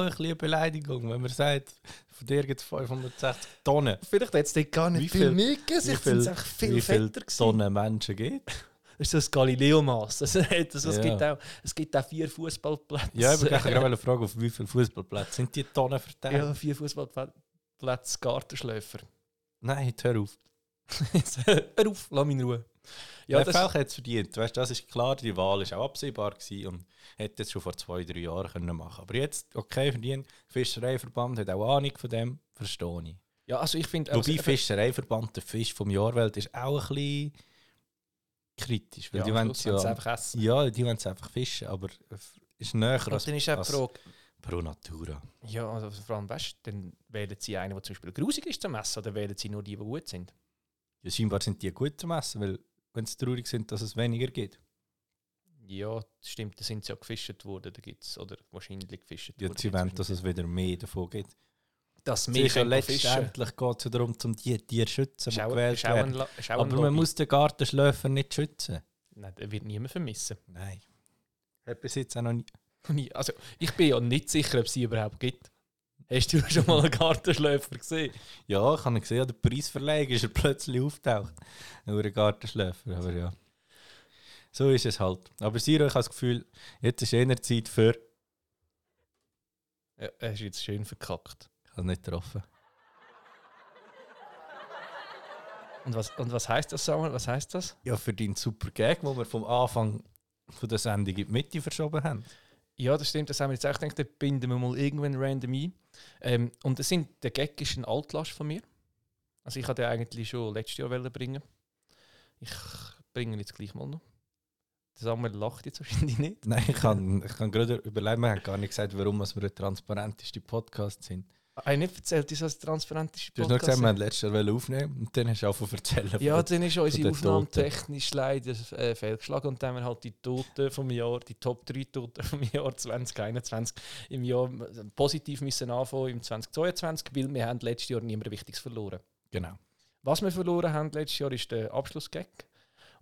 [SPEAKER 1] bisschen eine Beleidigung, wenn man sagt, von dir gibt es 560 Tonnen.
[SPEAKER 2] Vielleicht hat es dort gar
[SPEAKER 1] Wie
[SPEAKER 2] nicht
[SPEAKER 1] viel-
[SPEAKER 2] viel mehr gegessen.
[SPEAKER 1] wie
[SPEAKER 2] Ich
[SPEAKER 1] viel-
[SPEAKER 2] finde es einfach viel
[SPEAKER 1] Wie viele
[SPEAKER 2] fetter gewesen.
[SPEAKER 1] Tonnen Menschen gibt
[SPEAKER 2] Das ist so das Galileo-Mass. Also, das, es,
[SPEAKER 1] Ja.
[SPEAKER 2] gibt auch, es gibt auch vier Fußballplätze.
[SPEAKER 1] Ja, ich wollte gerade eine Frage, auf wie viele Fußballplätze sind die Tonnen verteilt?
[SPEAKER 2] ja, vier Fußballplätze Gartenschläfer.
[SPEAKER 1] Nein, jetzt hör auf.
[SPEAKER 2] Jetzt Hör auf, lass mich in Ruhe.
[SPEAKER 1] Ja,
[SPEAKER 2] Ja,
[SPEAKER 1] der
[SPEAKER 2] das,
[SPEAKER 1] Felch hat es verdient. Weißt, das ist klar, die Wahl war auch absehbar gewesen und hätte es schon vor zwei, drei Jahren können machen Aber jetzt, okay, verdient. Fischereiverband hat auch Ahnung von dem, verstehe ich.
[SPEAKER 2] ja, also ich finde.
[SPEAKER 1] Wobei Fischereiverband, der Fisch vom Jahrwelt, ist auch ein bisschen kritisch. Weil
[SPEAKER 2] ja,
[SPEAKER 1] die
[SPEAKER 2] am
[SPEAKER 1] wollen
[SPEAKER 2] Schluss wollen sie
[SPEAKER 1] ja,
[SPEAKER 2] einfach essen.
[SPEAKER 1] ja, die wollen es einfach fischen, aber es ist näher
[SPEAKER 2] Und
[SPEAKER 1] als,
[SPEAKER 2] dann ist auch die
[SPEAKER 1] als
[SPEAKER 2] Frage,
[SPEAKER 1] Pro Natura.
[SPEAKER 2] ja, also vor allem, weißt du, dann wählen sie einen, der zum Beispiel grusig ist zum Essen, oder wählen sie nur die, die gut sind?
[SPEAKER 1] Ja, scheinbar sind die gut zu messen, weil wenn sie traurig sind, dass es weniger gibt.
[SPEAKER 2] Ja, das stimmt, da sind sie ja gefischt worden, da gibt's, oder wahrscheinlich gefischt
[SPEAKER 1] Ja,
[SPEAKER 2] worden.
[SPEAKER 1] sie wollen, dass es wieder mehr davon gibt.
[SPEAKER 2] dass wir
[SPEAKER 1] Sicher,
[SPEAKER 2] können fischen
[SPEAKER 1] letztendlich geht es ja darum, um die Tiere zu schützen, die
[SPEAKER 2] Ist auch-
[SPEAKER 1] gewählt
[SPEAKER 2] ist auch ein
[SPEAKER 1] werden.
[SPEAKER 2] La- ist auch ein
[SPEAKER 1] Aber man
[SPEAKER 2] Lobby.
[SPEAKER 1] muss den Gartenschläfer nicht schützen.
[SPEAKER 2] Nein, den wird niemand vermissen.
[SPEAKER 1] Nein. Hat bis jetzt auch noch nie.
[SPEAKER 2] Nie- Also, ich bin ja nicht sicher, ob es sie überhaupt gibt. Hast du schon mal einen Gartenschläfer gesehen?
[SPEAKER 1] Ja, ich habe ihn gesehen, an der Preisverleihung ist er plötzlich auftaucht. Nur ein Gartenschläfer, aber ja. So ist es halt. Aber Siro, ich habe das Gefühl, jetzt ist eher Zeit für. Ich
[SPEAKER 2] Ja, hast du jetzt schön verkackt.
[SPEAKER 1] habe ihn nicht getroffen.
[SPEAKER 2] Und was, und was heißt das, Samuel? Was heißt das?
[SPEAKER 1] Ja, für deinen super Gag, den wir vom Anfang von der Sendung in die Mitte verschoben haben.
[SPEAKER 2] Ja, das stimmt. Das haben wir jetzt auch gedacht, da binden wir mal irgendwann random ein. Ähm, und das sind, der Gag ist ein Altlast von mir. Also ich hatte eigentlich schon letztes Jahr wollen bringen. Ich bringe ihn jetzt gleich mal noch. Der Samuel lacht jetzt wahrscheinlich nicht.
[SPEAKER 1] Nein, ich kann, ich kann gerade überlegen, wir haben gar nicht gesagt, warum wir der transparenteste Podcast sind.
[SPEAKER 2] Habe ich Äh, nicht erzählt, dass das transparent ist?
[SPEAKER 1] Du hast nur gesagt, wir haben letztes Jahr wollen aufnehmen und dann hast du angefangen zu erzählen.
[SPEAKER 2] Ja, dann ist unsere
[SPEAKER 1] den
[SPEAKER 2] Aufnahme
[SPEAKER 1] Toten.
[SPEAKER 2] technisch leider äh, fehlgeschlagen und dann haben wir halt die Toten vom Jahr, die Top 3 Toten vom Jahr 2021 im Jahr äh, positiv müssen anfangen im 2022, weil wir haben letztes Jahr niemand Wichtiges verloren.
[SPEAKER 1] genau.
[SPEAKER 2] Was wir verloren haben letztes Jahr ist der Abschlussgag.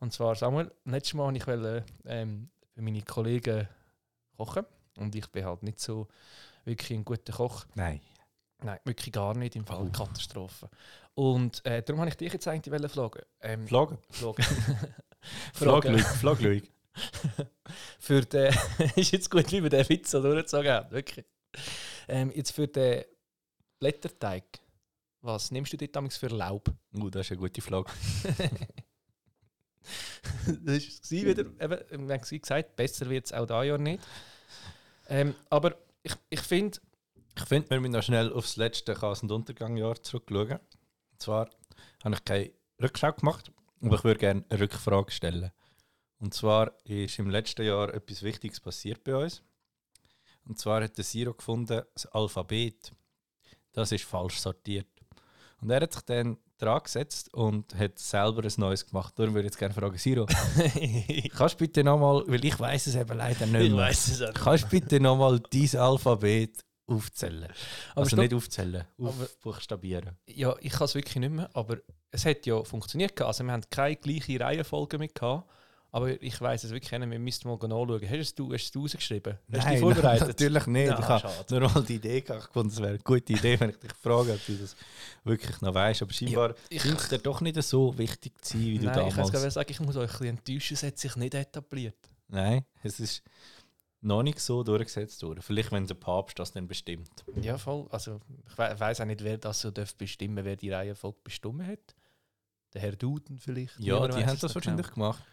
[SPEAKER 2] Und zwar, Samuel, letztes Mal wollte ich wollte, ähm, für meine Kollegen kochen und ich bin halt nicht so wirklich ein guter Koch.
[SPEAKER 1] Nein.
[SPEAKER 2] Nein, wirklich gar nicht, im Fall
[SPEAKER 1] Oh.
[SPEAKER 2] Katastrophe. Und äh, darum habe ich dich jetzt eigentlich wollen fragen. Ähm,
[SPEAKER 1] Flaggen.
[SPEAKER 2] Fragen.
[SPEAKER 1] Flaggen.
[SPEAKER 2] Fragen.
[SPEAKER 1] Flaggen.
[SPEAKER 2] Für den ist jetzt gut, wie wir den Witz so durchgezogen haben, wirklich. Ähm, jetzt für den Blätterteig. Was nimmst du dort damals für Laub?
[SPEAKER 1] Uh, das ist eine gute Flagge.
[SPEAKER 2] das ist sie wieder, eben, wir haben sie gesagt, besser wird es auch dieses Jahr nicht. Ähm, aber ich, ich finde,
[SPEAKER 1] Ich finde, wir müssen noch schnell aufs letzte Chaos- und Untergangjahr zurückschauen. Und zwar habe ich keine Rückschau gemacht, aber ich würde gerne eine Rückfrage stellen. Und zwar ist im letzten Jahr etwas Wichtiges passiert bei uns. Und zwar hat der Siro gefunden, das Alphabet, das ist falsch sortiert. Und er hat sich dann dran gesetzt und hat selber ein neues gemacht. Darum würde ich jetzt gerne fragen, Siro,
[SPEAKER 2] ich
[SPEAKER 1] kannst du bitte nochmal, weil ich weiß es eben leider nicht mehr.
[SPEAKER 2] weiß es auch.
[SPEAKER 1] Kannst du bitte nochmal dein Alphabet aufzählen?
[SPEAKER 2] Aber
[SPEAKER 1] also
[SPEAKER 2] stopp.
[SPEAKER 1] nicht aufzählen,
[SPEAKER 2] Aber-
[SPEAKER 1] aufbuchstabieren.
[SPEAKER 2] Ja, ich kann es wirklich nicht mehr, aber es hat ja funktioniert. gehabt. Also wir haben keine gleiche Reihenfolge mit gehabt, aber ich weiß es wirklich nicht. Wir müssten mal nachschauen. Hast es du es du rausgeschrieben? Hast du dich vorbereitet?
[SPEAKER 1] natürlich nicht.
[SPEAKER 2] Nein,
[SPEAKER 1] ich habe
[SPEAKER 2] schade.
[SPEAKER 1] nur mal die Idee gehabt. Ich fand, es wäre eine gute Idee, wenn ich dich frage, ob du das wirklich noch weißt. Aber scheinbar
[SPEAKER 2] Ich,
[SPEAKER 1] scheint es dir doch nicht so wichtig zu sein, wie du
[SPEAKER 2] nein, ich kann es gar
[SPEAKER 1] damals.
[SPEAKER 2] nicht sagen, ich muss euch ein bisschen enttäuschen, es hat sich nicht etabliert.
[SPEAKER 1] nein, es ist noch nicht so durchgesetzt worden. Vielleicht, wenn der Papst das dann bestimmt.
[SPEAKER 2] Ja, voll. Also ich weiß auch nicht, wer das so darf bestimmen, wer die Reihenfolge bestimmt hat. Der Herr Duden vielleicht.
[SPEAKER 1] Ja,
[SPEAKER 2] Niemand
[SPEAKER 1] die
[SPEAKER 2] weiss
[SPEAKER 1] haben
[SPEAKER 2] es
[SPEAKER 1] das
[SPEAKER 2] so genau.
[SPEAKER 1] wahrscheinlich gemacht.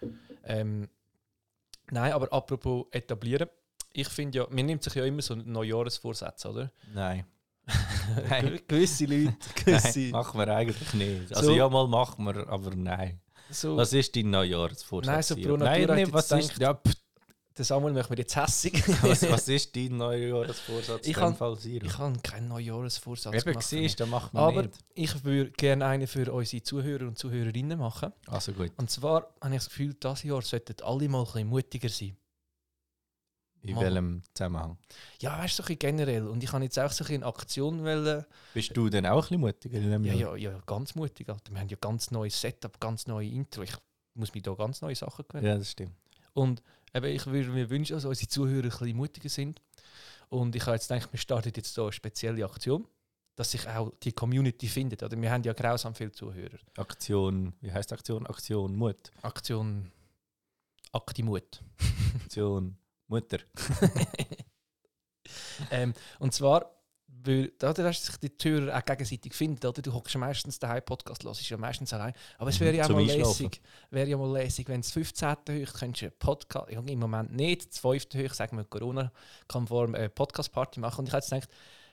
[SPEAKER 2] Ähm, nein, aber apropos etablieren. Ich finde ja, man nimmt sich ja immer so Neujahresvorsätze, oder?
[SPEAKER 1] Nein,
[SPEAKER 2] Gew- gewisse Leute,
[SPEAKER 1] nein
[SPEAKER 2] gewisse.
[SPEAKER 1] machen wir eigentlich nicht. Also
[SPEAKER 2] So-
[SPEAKER 1] ja, mal machen wir, aber nein.
[SPEAKER 2] so,
[SPEAKER 1] Was ist dein Neujahrsvorsatz?
[SPEAKER 2] Nein, so
[SPEAKER 1] Siro?
[SPEAKER 2] Bruno
[SPEAKER 1] nein,
[SPEAKER 2] Natura hat
[SPEAKER 1] nein,
[SPEAKER 2] jetzt
[SPEAKER 1] was ist,
[SPEAKER 2] gedacht-
[SPEAKER 1] ja, pff,
[SPEAKER 2] der Samuel macht mir jetzt hässig.
[SPEAKER 1] was, was ist dein Neujahrsvorsatz?
[SPEAKER 2] Ich
[SPEAKER 1] in
[SPEAKER 2] kann-
[SPEAKER 1] dem Fall Siro?
[SPEAKER 2] ich habe keinen Neujahresvorsatz
[SPEAKER 1] Eben
[SPEAKER 2] gemacht. für mich.
[SPEAKER 1] siehst, das macht man
[SPEAKER 2] Aber
[SPEAKER 1] nicht.
[SPEAKER 2] ich würde gerne einen für unsere Zuhörer und Zuhörerinnen machen.
[SPEAKER 1] Also gut.
[SPEAKER 2] Und zwar habe ich das Gefühl, dieses Jahr sollten alle mal ein bisschen mutiger sein.
[SPEAKER 1] In
[SPEAKER 2] Mal.
[SPEAKER 1] welchem Zusammenhang?
[SPEAKER 2] Ja, weißt du, so ein bisschen generell. Und ich habe jetzt auch so ein bisschen eine Aktion wollen.
[SPEAKER 1] Bist du denn auch ein bisschen mutiger in dem
[SPEAKER 2] Ja,
[SPEAKER 1] Jahr?
[SPEAKER 2] ja, ja, ganz mutig. Alter. Wir haben ja ganz neues Setup, ganz neue Intro. Ich muss mich da ganz neue Sachen gewöhnen.
[SPEAKER 1] Ja, das stimmt.
[SPEAKER 2] Und eben, ich würde mir wünschen, dass unsere Zuhörer ein bisschen mutiger sind. Und ich habe jetzt gedacht, wir starten jetzt hier eine spezielle Aktion, dass sich auch die Community findet. Oder wir haben ja grausam viele Zuhörer.
[SPEAKER 1] Aktion, wie heißt Aktion? Aktion Mut.
[SPEAKER 2] Aktion Aktimut.
[SPEAKER 1] Aktion Mutter.
[SPEAKER 2] ähm, und zwar, weil da da dass sich die Zuhörer auch gegenseitig finden. Oder? Du hockst ja meistens daheim, Podcast los ist ja meistens allein. Aber es wäre ja auch
[SPEAKER 1] Mhm, Zum
[SPEAKER 2] mal
[SPEAKER 1] Einschlafen.
[SPEAKER 2] lässig, wäre ja mal lässig, wenn es 15. höchst, könntest du einen Podcast, ja, im Moment nicht, das 5. höchst, sagen wir Corona-konform, eine Podcast-Party machen. Und ich habe jetzt gedacht,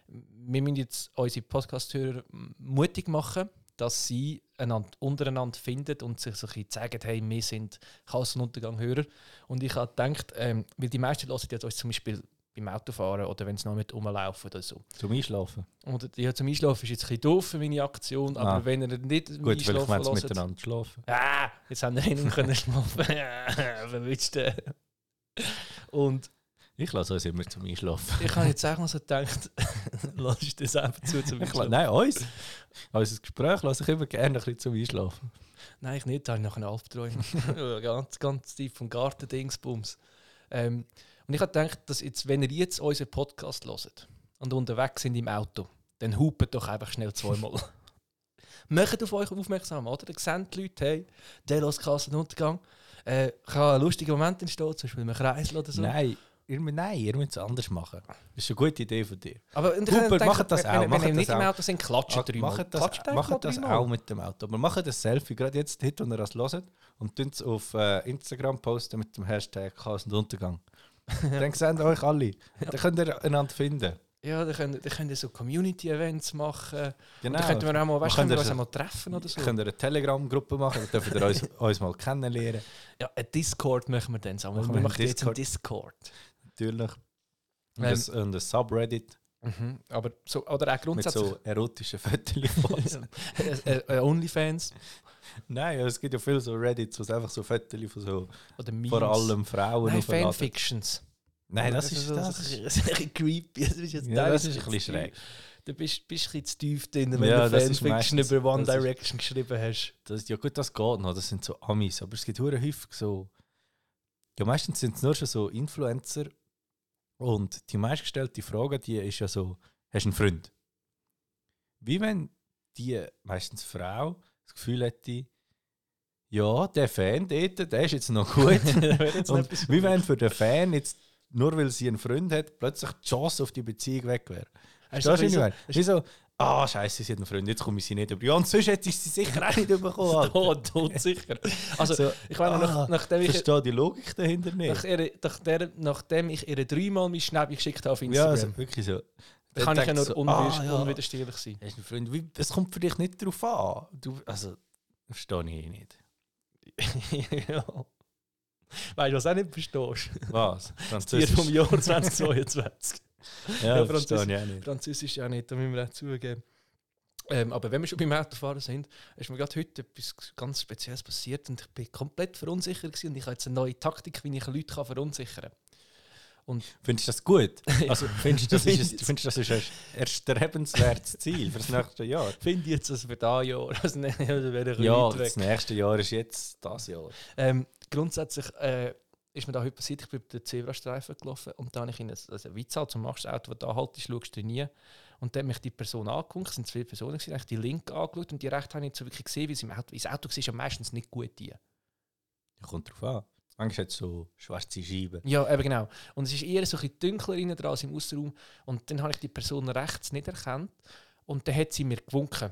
[SPEAKER 2] wir müssen jetzt unsere Podcast-Hörer mutig machen, dass sie einander, untereinander finden und sich so ein bisschen zeigen, hey, wir sind Chaos- und Untergang-Hörer. Und ich habe gedacht, ähm, weil die meisten hören jetzt uns zum Beispiel beim Autofahren oder wenn sie noch mit rumlaufen oder so.
[SPEAKER 1] Zum Einschlafen.
[SPEAKER 2] Und ja, zum Einschlafen ist jetzt ein bisschen doof für meine Aktion, aber
[SPEAKER 1] Ah.
[SPEAKER 2] wenn ihr nicht im
[SPEAKER 1] Gut, vielleicht wollen sie
[SPEAKER 2] hört-
[SPEAKER 1] miteinander schlafen.
[SPEAKER 2] Ah, jetzt haben wir ihn nicht mehr können schlafen. Verwünscht. Und
[SPEAKER 1] Ich lasse uns immer zum Einschlafen.
[SPEAKER 2] Ich habe jetzt auch mal so gedacht, lass ich das einfach zu zum
[SPEAKER 1] Ich, la-
[SPEAKER 2] Einschlafen.
[SPEAKER 1] nein, uns. Unser Gespräch lasse ich immer gerne ein bisschen zum Einschlafen.
[SPEAKER 2] Nein, ich nicht, da habe ich noch einen Albträum. Ja, ganz, ganz tief vom Garten-Dingsbums. Ähm, und ich habe gedacht, dass jetzt, wenn ihr jetzt unseren Podcast hört und unterwegs sind im Auto, dann hupen doch einfach schnell zweimal. Macht auf euch aufmerksam, oder? Ihr seht die Leute, hey, der los Kassenuntergang. Äh, kann ein lustiger Moment entstehen, zum Beispiel im Kreisel oder so.
[SPEAKER 1] Nein, ihr, mü- nein, ihr müsst es anders machen. Das ist eine gute Idee von dir.
[SPEAKER 2] Aber und ich
[SPEAKER 1] Hupen,
[SPEAKER 2] habe gedacht,
[SPEAKER 1] macht das
[SPEAKER 2] wenn,
[SPEAKER 1] auch,
[SPEAKER 2] Wenn,
[SPEAKER 1] macht
[SPEAKER 2] wenn ihr
[SPEAKER 1] das
[SPEAKER 2] nicht im
[SPEAKER 1] auch.
[SPEAKER 2] Auto sind, klatscht dreimal.
[SPEAKER 1] Machen das,
[SPEAKER 2] Klatscht einfach
[SPEAKER 1] machen
[SPEAKER 2] mal
[SPEAKER 1] das
[SPEAKER 2] dreimal.
[SPEAKER 1] auch mit dem Auto. Aber machen das Selfie gerade jetzt, heute, wenn ihr das hört, und tun es auf äh, Instagram posten mit dem Hashtag Chaos und Untergang. dann sehen euch alle. Dann könnt ihr einander finden.
[SPEAKER 2] Ja, dann können, dann können so Community-Events machen.
[SPEAKER 1] Genau.
[SPEAKER 2] Dann könnten wir auch mal, weißt,
[SPEAKER 1] können
[SPEAKER 2] können wir
[SPEAKER 1] das-
[SPEAKER 2] uns auch mal treffen oder so.
[SPEAKER 1] Genau. Könnt ihr eine Telegram-Gruppe machen, dann dürft ihr uns, uns mal kennenlernen.
[SPEAKER 2] Ja, ein Discord machen wir dann zusammen.
[SPEAKER 1] Machen
[SPEAKER 2] Wir,
[SPEAKER 1] wir einen
[SPEAKER 2] machen jetzt einen Discord.
[SPEAKER 1] Natürlich. Und
[SPEAKER 2] Ähm,
[SPEAKER 1] das- Und ein Subreddit
[SPEAKER 2] Mhm. Aber so, oder auch
[SPEAKER 1] mit
[SPEAKER 2] grundsätzlich
[SPEAKER 1] so erotischen Fotos von uns.
[SPEAKER 2] äh, äh, Onlyfans
[SPEAKER 1] Nein, es gibt ja viele so Reddits, wo es einfach so Fotos von so,
[SPEAKER 2] oder Memes.
[SPEAKER 1] vor allem Frauen
[SPEAKER 2] Nein,
[SPEAKER 1] aufladen.
[SPEAKER 2] Fanfictions.
[SPEAKER 1] Nein, das
[SPEAKER 2] Also
[SPEAKER 1] ist
[SPEAKER 2] so-
[SPEAKER 1] das.
[SPEAKER 2] so-
[SPEAKER 1] ist-
[SPEAKER 2] so ein bisschen creepy. Das ist, jetzt
[SPEAKER 1] Ja, das
[SPEAKER 2] teilweise
[SPEAKER 1] ist ein bisschen
[SPEAKER 2] zu-
[SPEAKER 1] schräg.
[SPEAKER 2] Du bist, bist ein bisschen zu tief drin, wenn
[SPEAKER 1] Ja,
[SPEAKER 2] du
[SPEAKER 1] das ist
[SPEAKER 2] Fanfiction
[SPEAKER 1] meistens-
[SPEAKER 2] über One
[SPEAKER 1] das ist-
[SPEAKER 2] Direction geschrieben hast.
[SPEAKER 1] Das ist ja gut, das geht noch, das sind so Amis, aber es gibt hure häufig so. Ja, meistens sind es nur schon so Influencer und die meistgestellte Frage, die ist ja so, hast du einen Freund? Wie wenn die, meistens Frau, das Gefühl hätte, ja, der Fan dort, der ist jetzt noch gut. und wie wenn für den Fan jetzt, nur weil sie einen Freund hat, plötzlich die Chance auf die Beziehung weg wäre.
[SPEAKER 2] Hast du
[SPEAKER 1] Das
[SPEAKER 2] ein
[SPEAKER 1] ist
[SPEAKER 2] bisschen
[SPEAKER 1] so, ist so, ah, scheiße, sie hat einen Freund, jetzt komme ich sie nicht über. Ja, und sonst hätte ich sie sicher auch nicht bekommen. Alter.
[SPEAKER 2] so- tot, tot sicher. Also,
[SPEAKER 1] So,
[SPEAKER 2] ich meine,
[SPEAKER 1] ah,
[SPEAKER 2] nach, nachdem
[SPEAKER 1] Ich
[SPEAKER 2] ich
[SPEAKER 1] verstehe die Logik dahinter
[SPEAKER 2] Nach
[SPEAKER 1] nicht.
[SPEAKER 2] ihre, nach der, nachdem ich ihr dreimal mein Schnäppchen geschickt habe auf
[SPEAKER 1] Ja,
[SPEAKER 2] Instagram,
[SPEAKER 1] also, wirklich so. Dann
[SPEAKER 2] kann ich ja
[SPEAKER 1] denkt
[SPEAKER 2] nur
[SPEAKER 1] so,
[SPEAKER 2] unwir-
[SPEAKER 1] ah, ja.
[SPEAKER 2] unwiderstehlich sein.
[SPEAKER 1] Hast du einen Freund? Wie, es kommt für dich nicht darauf an. Du, also, verstehe ich eh nicht.
[SPEAKER 2] ja. Weißt du, was du auch nicht verstehst?
[SPEAKER 1] Was?
[SPEAKER 2] Tier vom
[SPEAKER 1] Französisch?
[SPEAKER 2] Jahr 2022.
[SPEAKER 1] Ja,
[SPEAKER 2] Ja,
[SPEAKER 1] verstehe ich auch nicht.
[SPEAKER 2] Französisch ja nicht, da müssen wir auch zugeben. Ähm, aber wenn wir schon beim Autofahren sind, ist mir gerade heute etwas ganz Spezielles passiert und ich bin komplett verunsichert gewesen und ich habe jetzt eine neue Taktik, wie ich Leute kann verunsichern kann.
[SPEAKER 1] Findest du das gut? Also, findest du, das ist, ein-
[SPEAKER 2] Find's-
[SPEAKER 1] findest du, das ist ein erstrebenswertes Ziel für das nächste Jahr?
[SPEAKER 2] Finde ich jetzt das für dieses Jahr? Also, nein, also wäre ich
[SPEAKER 1] Ja,
[SPEAKER 2] weit weg.
[SPEAKER 1] das nächste Jahr ist jetzt das Jahr.
[SPEAKER 2] Ähm, grundsätzlich äh, ist mir da heute passiert, ich bin über den Zebrastreifen gelaufen und dann habe ich in ein, also wie zahlt, du machst das Auto, das du anhaltest, schaust du nie. Und dann hat mich die Person angeguckt, es sind zwei Personen, gewesen, habe ich die linke angeschaut und die rechte habe ich nicht so wirklich gesehen, weil sie im Auto, weil das Auto war ja meistens nicht gut die.
[SPEAKER 1] Kommt drauf an. Manchmal hat es so schwarze Scheiben.
[SPEAKER 2] Ja, eben genau. Und es ist eher so ein bisschen dunkler innen dran als im Außenraum. Und dann habe ich die Person rechts nicht erkannt und dann hat sie mir gewunken.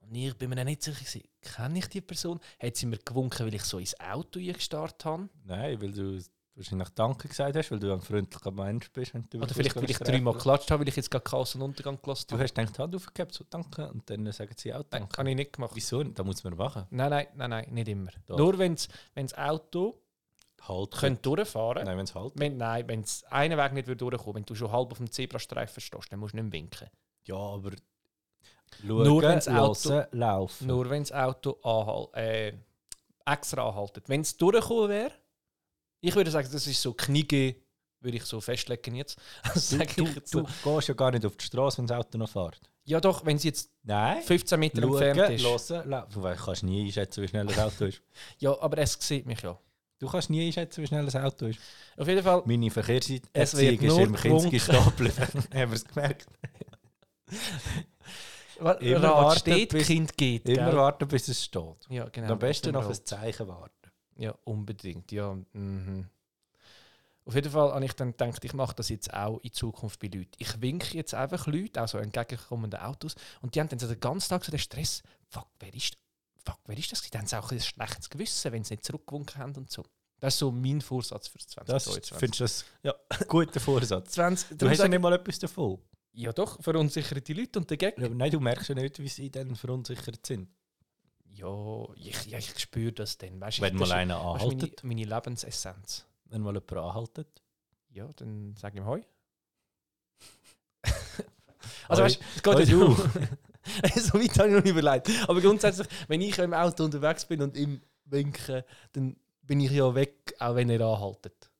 [SPEAKER 2] Und ich bin mir dann nicht sicher, gewesen, kenne ich die Person? Hat sie mir gewunken, weil ich so ins Auto eingestarrt habe?
[SPEAKER 1] Nein, weil du wahrscheinlich Danke gesagt hast, weil du ein freundlicher Mensch bist. Wenn du über
[SPEAKER 2] Oder vielleicht, weil ich
[SPEAKER 1] Fussgänger
[SPEAKER 2] dreimal
[SPEAKER 1] streifen.
[SPEAKER 2] geklatscht habe, weil ich jetzt gerade Chaos und Untergang gelassen
[SPEAKER 1] Du
[SPEAKER 2] habe.
[SPEAKER 1] hast gedacht, Hand aufgehabt, so danke, und dann sagen sie auch
[SPEAKER 2] Nein,
[SPEAKER 1] danke.
[SPEAKER 2] habe ich nicht gemacht.
[SPEAKER 1] Wieso nicht? Da muss man machen.
[SPEAKER 2] Nein, nein, nein, nein, nicht immer.
[SPEAKER 1] Doch.
[SPEAKER 2] Nur wenn das Auto
[SPEAKER 1] Halt.
[SPEAKER 2] könnte durchfahren
[SPEAKER 1] Nein, wenn es halt.
[SPEAKER 2] Wenn, nein, wenn es einen Weg nicht würde durchkommen wenn du schon halb auf dem Zebrastreifen stehst, dann musst du nicht mehr winken.
[SPEAKER 1] Ja, aber.
[SPEAKER 2] Nur wenn's
[SPEAKER 1] hören,
[SPEAKER 2] Auto-
[SPEAKER 1] hören, laufen.
[SPEAKER 2] Nur wenn das Auto anhal äh, extra anhaltet. Wenn es durchgekommen wäre, ich würde sagen, das ist so Kniege, würde ich so festlegen jetzt.
[SPEAKER 1] du,
[SPEAKER 2] Sag ich
[SPEAKER 1] du,
[SPEAKER 2] jetzt
[SPEAKER 1] du
[SPEAKER 2] so.
[SPEAKER 1] gehst ja gar nicht auf die Straße, wenn das Auto noch fährt.
[SPEAKER 2] Ja doch, wenn es jetzt
[SPEAKER 1] Nein.
[SPEAKER 2] 15 Meter
[SPEAKER 1] Schauen,
[SPEAKER 2] entfernt ist.
[SPEAKER 1] hören, laufen. Weil Du kannst nie einschätzen, wie schnell ein Auto ist.
[SPEAKER 2] Ja, aber es sieht mich ja.
[SPEAKER 1] Du kannst nie einschätzen, wie schnell ein Auto ist.
[SPEAKER 2] Auf jeden Fall,
[SPEAKER 1] Meine Verkehrserziehung
[SPEAKER 2] Es wird
[SPEAKER 1] ist
[SPEAKER 2] nur
[SPEAKER 1] im
[SPEAKER 2] gewunken.
[SPEAKER 1] Kindsgestapel. Haben wir es gemerkt?
[SPEAKER 2] Wa-
[SPEAKER 1] Immer
[SPEAKER 2] Rat
[SPEAKER 1] warten,
[SPEAKER 2] steht,
[SPEAKER 1] bis-
[SPEAKER 2] Kind geht.
[SPEAKER 1] Immer
[SPEAKER 2] gell?
[SPEAKER 1] warten, bis es steht.
[SPEAKER 2] Ja, genau.
[SPEAKER 1] Am besten
[SPEAKER 2] Immer
[SPEAKER 1] auf ein
[SPEAKER 2] warten.
[SPEAKER 1] Zeichen warten.
[SPEAKER 2] Ja, unbedingt. Ja, mhm. Auf jeden Fall habe ich dann gedacht, ich mache das jetzt auch in Zukunft bei Leuten. Ich winke jetzt einfach Leute, also entgegenkommenden Autos, und die haben dann so den ganzen Tag so den Stress, fuck, wer ist, fuck, wer ist das? Die haben auch ein bisschen ein schlechtes Gewissen, wenn sie nicht zurückgewunken haben und so. Das ist so mein Vorsatz für
[SPEAKER 1] Das
[SPEAKER 2] 2022.
[SPEAKER 1] findest du das ja. guter Vorsatz.
[SPEAKER 2] 20,
[SPEAKER 1] Du hast ja
[SPEAKER 2] ja,
[SPEAKER 1] nicht mal etwas davon.
[SPEAKER 2] ja doch, verunsicherte Leute und dagegen
[SPEAKER 1] Aber Nein, du merkst ja nicht, nou wie sie dann verunsichert sind.
[SPEAKER 2] Ja, ich, ja, ich spüre das dann. Weißt,
[SPEAKER 1] Wenn
[SPEAKER 2] ich,
[SPEAKER 1] mal
[SPEAKER 2] das
[SPEAKER 1] einer
[SPEAKER 2] ist meine,
[SPEAKER 1] anhaltet,
[SPEAKER 2] meine Lebensessenz.
[SPEAKER 1] wenn mal jemand anhaltet.
[SPEAKER 2] Ja, dann sag ihm Hoi. also, weißt, es geht
[SPEAKER 1] Hoi,
[SPEAKER 2] ja du. so weit habe ich noch nicht überlegt. Aber grundsätzlich, wenn ich im Auto unterwegs bin und ihm winke, dann bin ich ja weg, auch wenn er anhaltet.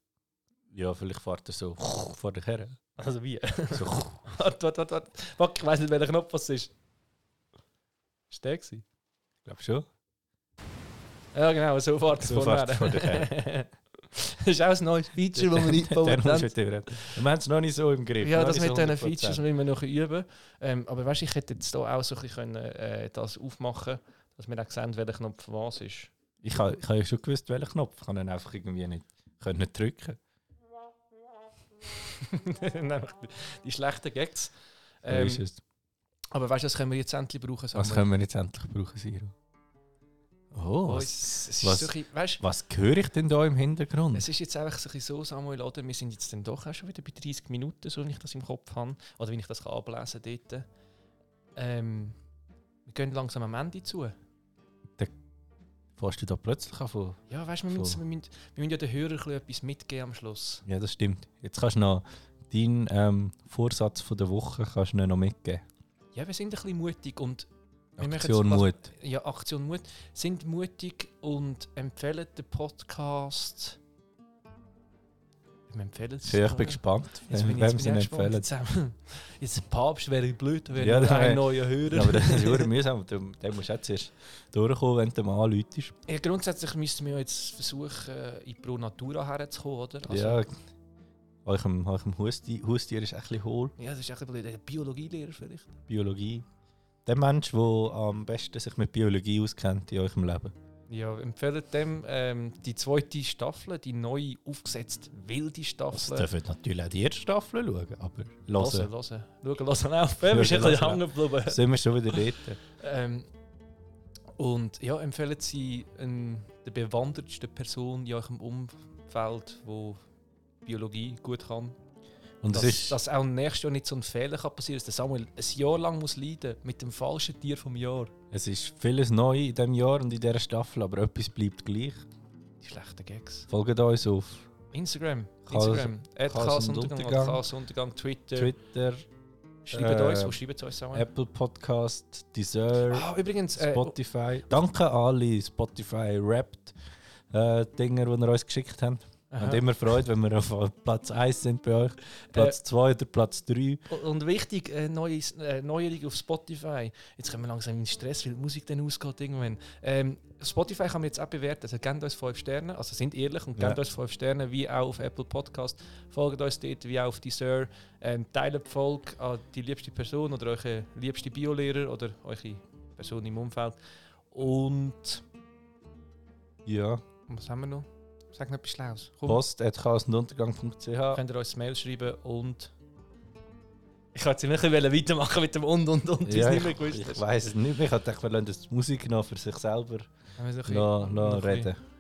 [SPEAKER 1] Ja, vielleicht fährt er so vor dich her.
[SPEAKER 2] Also wie?
[SPEAKER 1] So,
[SPEAKER 2] warte, warte, warte, warte. Fuck, ich weiß nicht, welcher Knopf das ist. Ist der gewesen?
[SPEAKER 1] glaub schon.
[SPEAKER 2] Ja, nou, genau, so fährt es
[SPEAKER 1] So
[SPEAKER 2] vorne
[SPEAKER 1] fährt's vor dir
[SPEAKER 2] her. Das ist auch ein neues Feature, das wir
[SPEAKER 1] Dann
[SPEAKER 2] eingebaut
[SPEAKER 1] musst du
[SPEAKER 2] haben.
[SPEAKER 1] mit dem reden. Wir haben es noch nicht so im Griff.
[SPEAKER 2] Ja,
[SPEAKER 1] noch
[SPEAKER 2] das
[SPEAKER 1] nicht
[SPEAKER 2] mit
[SPEAKER 1] so 100%.
[SPEAKER 2] diesen Features müssen wir noch ein bisschen üben. Ähm, aber weißt du, ich hätte jetzt hier auch so ein bisschen können, äh, das aufmachen dass wir auch sehen, welcher Knopf was ist.
[SPEAKER 1] Ich habe ich ha ja schon gewusst, welchen Knopf. Ich kann ihn einfach irgendwie nicht können nicht drücken.
[SPEAKER 2] Nämlich die- die schlechten Gags.
[SPEAKER 1] So
[SPEAKER 2] Ähm,
[SPEAKER 1] ist es.
[SPEAKER 2] aber weißt du, das können wir jetzt endlich brauchen.
[SPEAKER 1] Was
[SPEAKER 2] Samuel.
[SPEAKER 1] können wir jetzt endlich brauchen, Siro? Oh,
[SPEAKER 2] Oh,
[SPEAKER 1] was,
[SPEAKER 2] es, es,
[SPEAKER 1] was-
[SPEAKER 2] ist so ein bisschen, weißt,
[SPEAKER 1] was höre ich denn da im
[SPEAKER 2] du,
[SPEAKER 1] Hintergrund?
[SPEAKER 2] es ist jetzt einfach so, ein bisschen so, Samuel, oder? wir sind jetzt dann doch auch schon wieder bei 30 Minuten, so wie ich das im Kopf habe. Oder wie ich das kann ablesen kann dort. Ähm, wir gehen langsam am Ende zu.
[SPEAKER 1] Fährst du da plötzlich an? von-
[SPEAKER 2] Ja, weißt du, wir,
[SPEAKER 1] Voll.
[SPEAKER 2] müssen, wir, müssen, wir müssen ja den Hörern ein bisschen etwas mitgeben am Schluss.
[SPEAKER 1] Ja, das stimmt. Jetzt kannst du noch deinen ähm, Vorsatz von der Woche kannst du ihnen noch mitgeben.
[SPEAKER 2] Ja, wir sind ein bisschen mutig und wir machen jetzt
[SPEAKER 1] Aktion
[SPEAKER 2] was-
[SPEAKER 1] Mut.
[SPEAKER 2] Ja, Aktion Mut. Sind mutig und empfehlen den Podcast. Wir empfehlen es.
[SPEAKER 1] Ja, ich bin gespannt,
[SPEAKER 2] Jetzt bin
[SPEAKER 1] wem
[SPEAKER 2] ich,
[SPEAKER 1] wem
[SPEAKER 2] jetzt bin ich
[SPEAKER 1] sie ihn
[SPEAKER 2] auch gespannt.
[SPEAKER 1] empfehlen.
[SPEAKER 2] Jetzt, haben wir- jetzt ein Papst wäre blöd, wenn
[SPEAKER 1] Ja,
[SPEAKER 2] wir
[SPEAKER 1] da wär-
[SPEAKER 2] einen neuen Hörer.
[SPEAKER 1] Ja, aber das ist sehr mühsam. Du- Den musst du jetzt erst durchkommen, wenn du mal anläutest.
[SPEAKER 2] ja, grundsätzlich müssten wir jetzt versuchen, äh, in Pro Natura herzukommen, oder? Also-
[SPEAKER 1] Ja, eurem, eurem Haustier, Haustier ist ein bisschen hohl.
[SPEAKER 2] ja, das ist echt ein bisschen der Biologielehrer vielleicht.
[SPEAKER 1] Biologie. Der Mensch, der am besten sich mit Biologie auskennt in eurem Leben.
[SPEAKER 2] Ja, empfehlen dem ähm, die zweite Staffel, die neu aufgesetzte wilde
[SPEAKER 1] Das
[SPEAKER 2] Staffel.
[SPEAKER 1] dürfen natürlich auch die erste Staffel schauen, aber
[SPEAKER 2] Hören,
[SPEAKER 1] hören.
[SPEAKER 2] hören. Schauen, hören auf. Wir sind ein
[SPEAKER 1] Hören,
[SPEAKER 2] bisschen
[SPEAKER 1] hören.
[SPEAKER 2] hängen geblieben.
[SPEAKER 1] Sind wir schon wieder dort?
[SPEAKER 2] Ähm, und ja, empfehlen Sie ähm, der bewandertsten Person in eurem Umfeld, wo Biologie gut kann.
[SPEAKER 1] Und
[SPEAKER 2] dass,
[SPEAKER 1] das ist,
[SPEAKER 2] dass auch nächstes Jahr nicht so ein Fehler kann passieren dass der Samuel ein Jahr lang muss leiden mit dem falschen Tier vom Jahr.
[SPEAKER 1] es ist vieles neu in diesem Jahr und in dieser Staffel, aber etwas bleibt gleich.
[SPEAKER 2] Die schlechten Gags.
[SPEAKER 1] Folgt uns auf
[SPEAKER 2] Instagram.
[SPEAKER 1] Chaos-
[SPEAKER 2] Instagram. At
[SPEAKER 1] Chaos
[SPEAKER 2] Chaos
[SPEAKER 1] und
[SPEAKER 2] Untergang.
[SPEAKER 1] Untergang.
[SPEAKER 2] Chaos Untergang. Twitter.
[SPEAKER 1] Twitter,
[SPEAKER 2] Schreibt
[SPEAKER 1] äh,
[SPEAKER 2] uns. Wo schreibt uns, Samuel?
[SPEAKER 1] Apple Podcast, Deezer,
[SPEAKER 2] Ah, übrigens. Äh,
[SPEAKER 1] Spotify. Danke an alle Spotify Wrapped äh, Dinger, die ihr uns geschickt habt.
[SPEAKER 2] aha.
[SPEAKER 1] Und immer freut, wenn wir auf Platz 1 sind bei euch, Platz 2 oder Platz 3.
[SPEAKER 2] Und- Und wichtig, äh, neues, äh, Neuerung auf Spotify. Jetzt kommen wir langsam in Stress, weil die Musik dann ausgeht irgendwann. Ähm, Spotify kann man jetzt auch bewerten. Also gebt uns 5 Sterne, also sind ehrlich und gebt
[SPEAKER 1] Ja.
[SPEAKER 2] uns 5 Sterne, wie auch auf Apple Podcast. Folgt uns dort, wie auch auf Deezer. Ähm, teilt die Folge an die liebste Person oder eure liebste Biolehrer oder eure Person im Umfeld. Und
[SPEAKER 1] Ja,
[SPEAKER 2] was haben wir noch? Sag noch etwas Schlaues. Komm,
[SPEAKER 1] post.chaosunduntergang.ch.
[SPEAKER 2] könnt ihr uns Mail schreiben und... Ich wollte jetzt nicht ein bisschen weitermachen mit dem und und und, weil es nicht mehr gewusst
[SPEAKER 1] ich,
[SPEAKER 2] hast.
[SPEAKER 1] ich weiß es nicht mehr. Ich dachte, wir lassen das die Musik noch für sich selber
[SPEAKER 2] Haben wir so ein bisschen-
[SPEAKER 1] noch, noch
[SPEAKER 2] ein bisschen-
[SPEAKER 1] reden.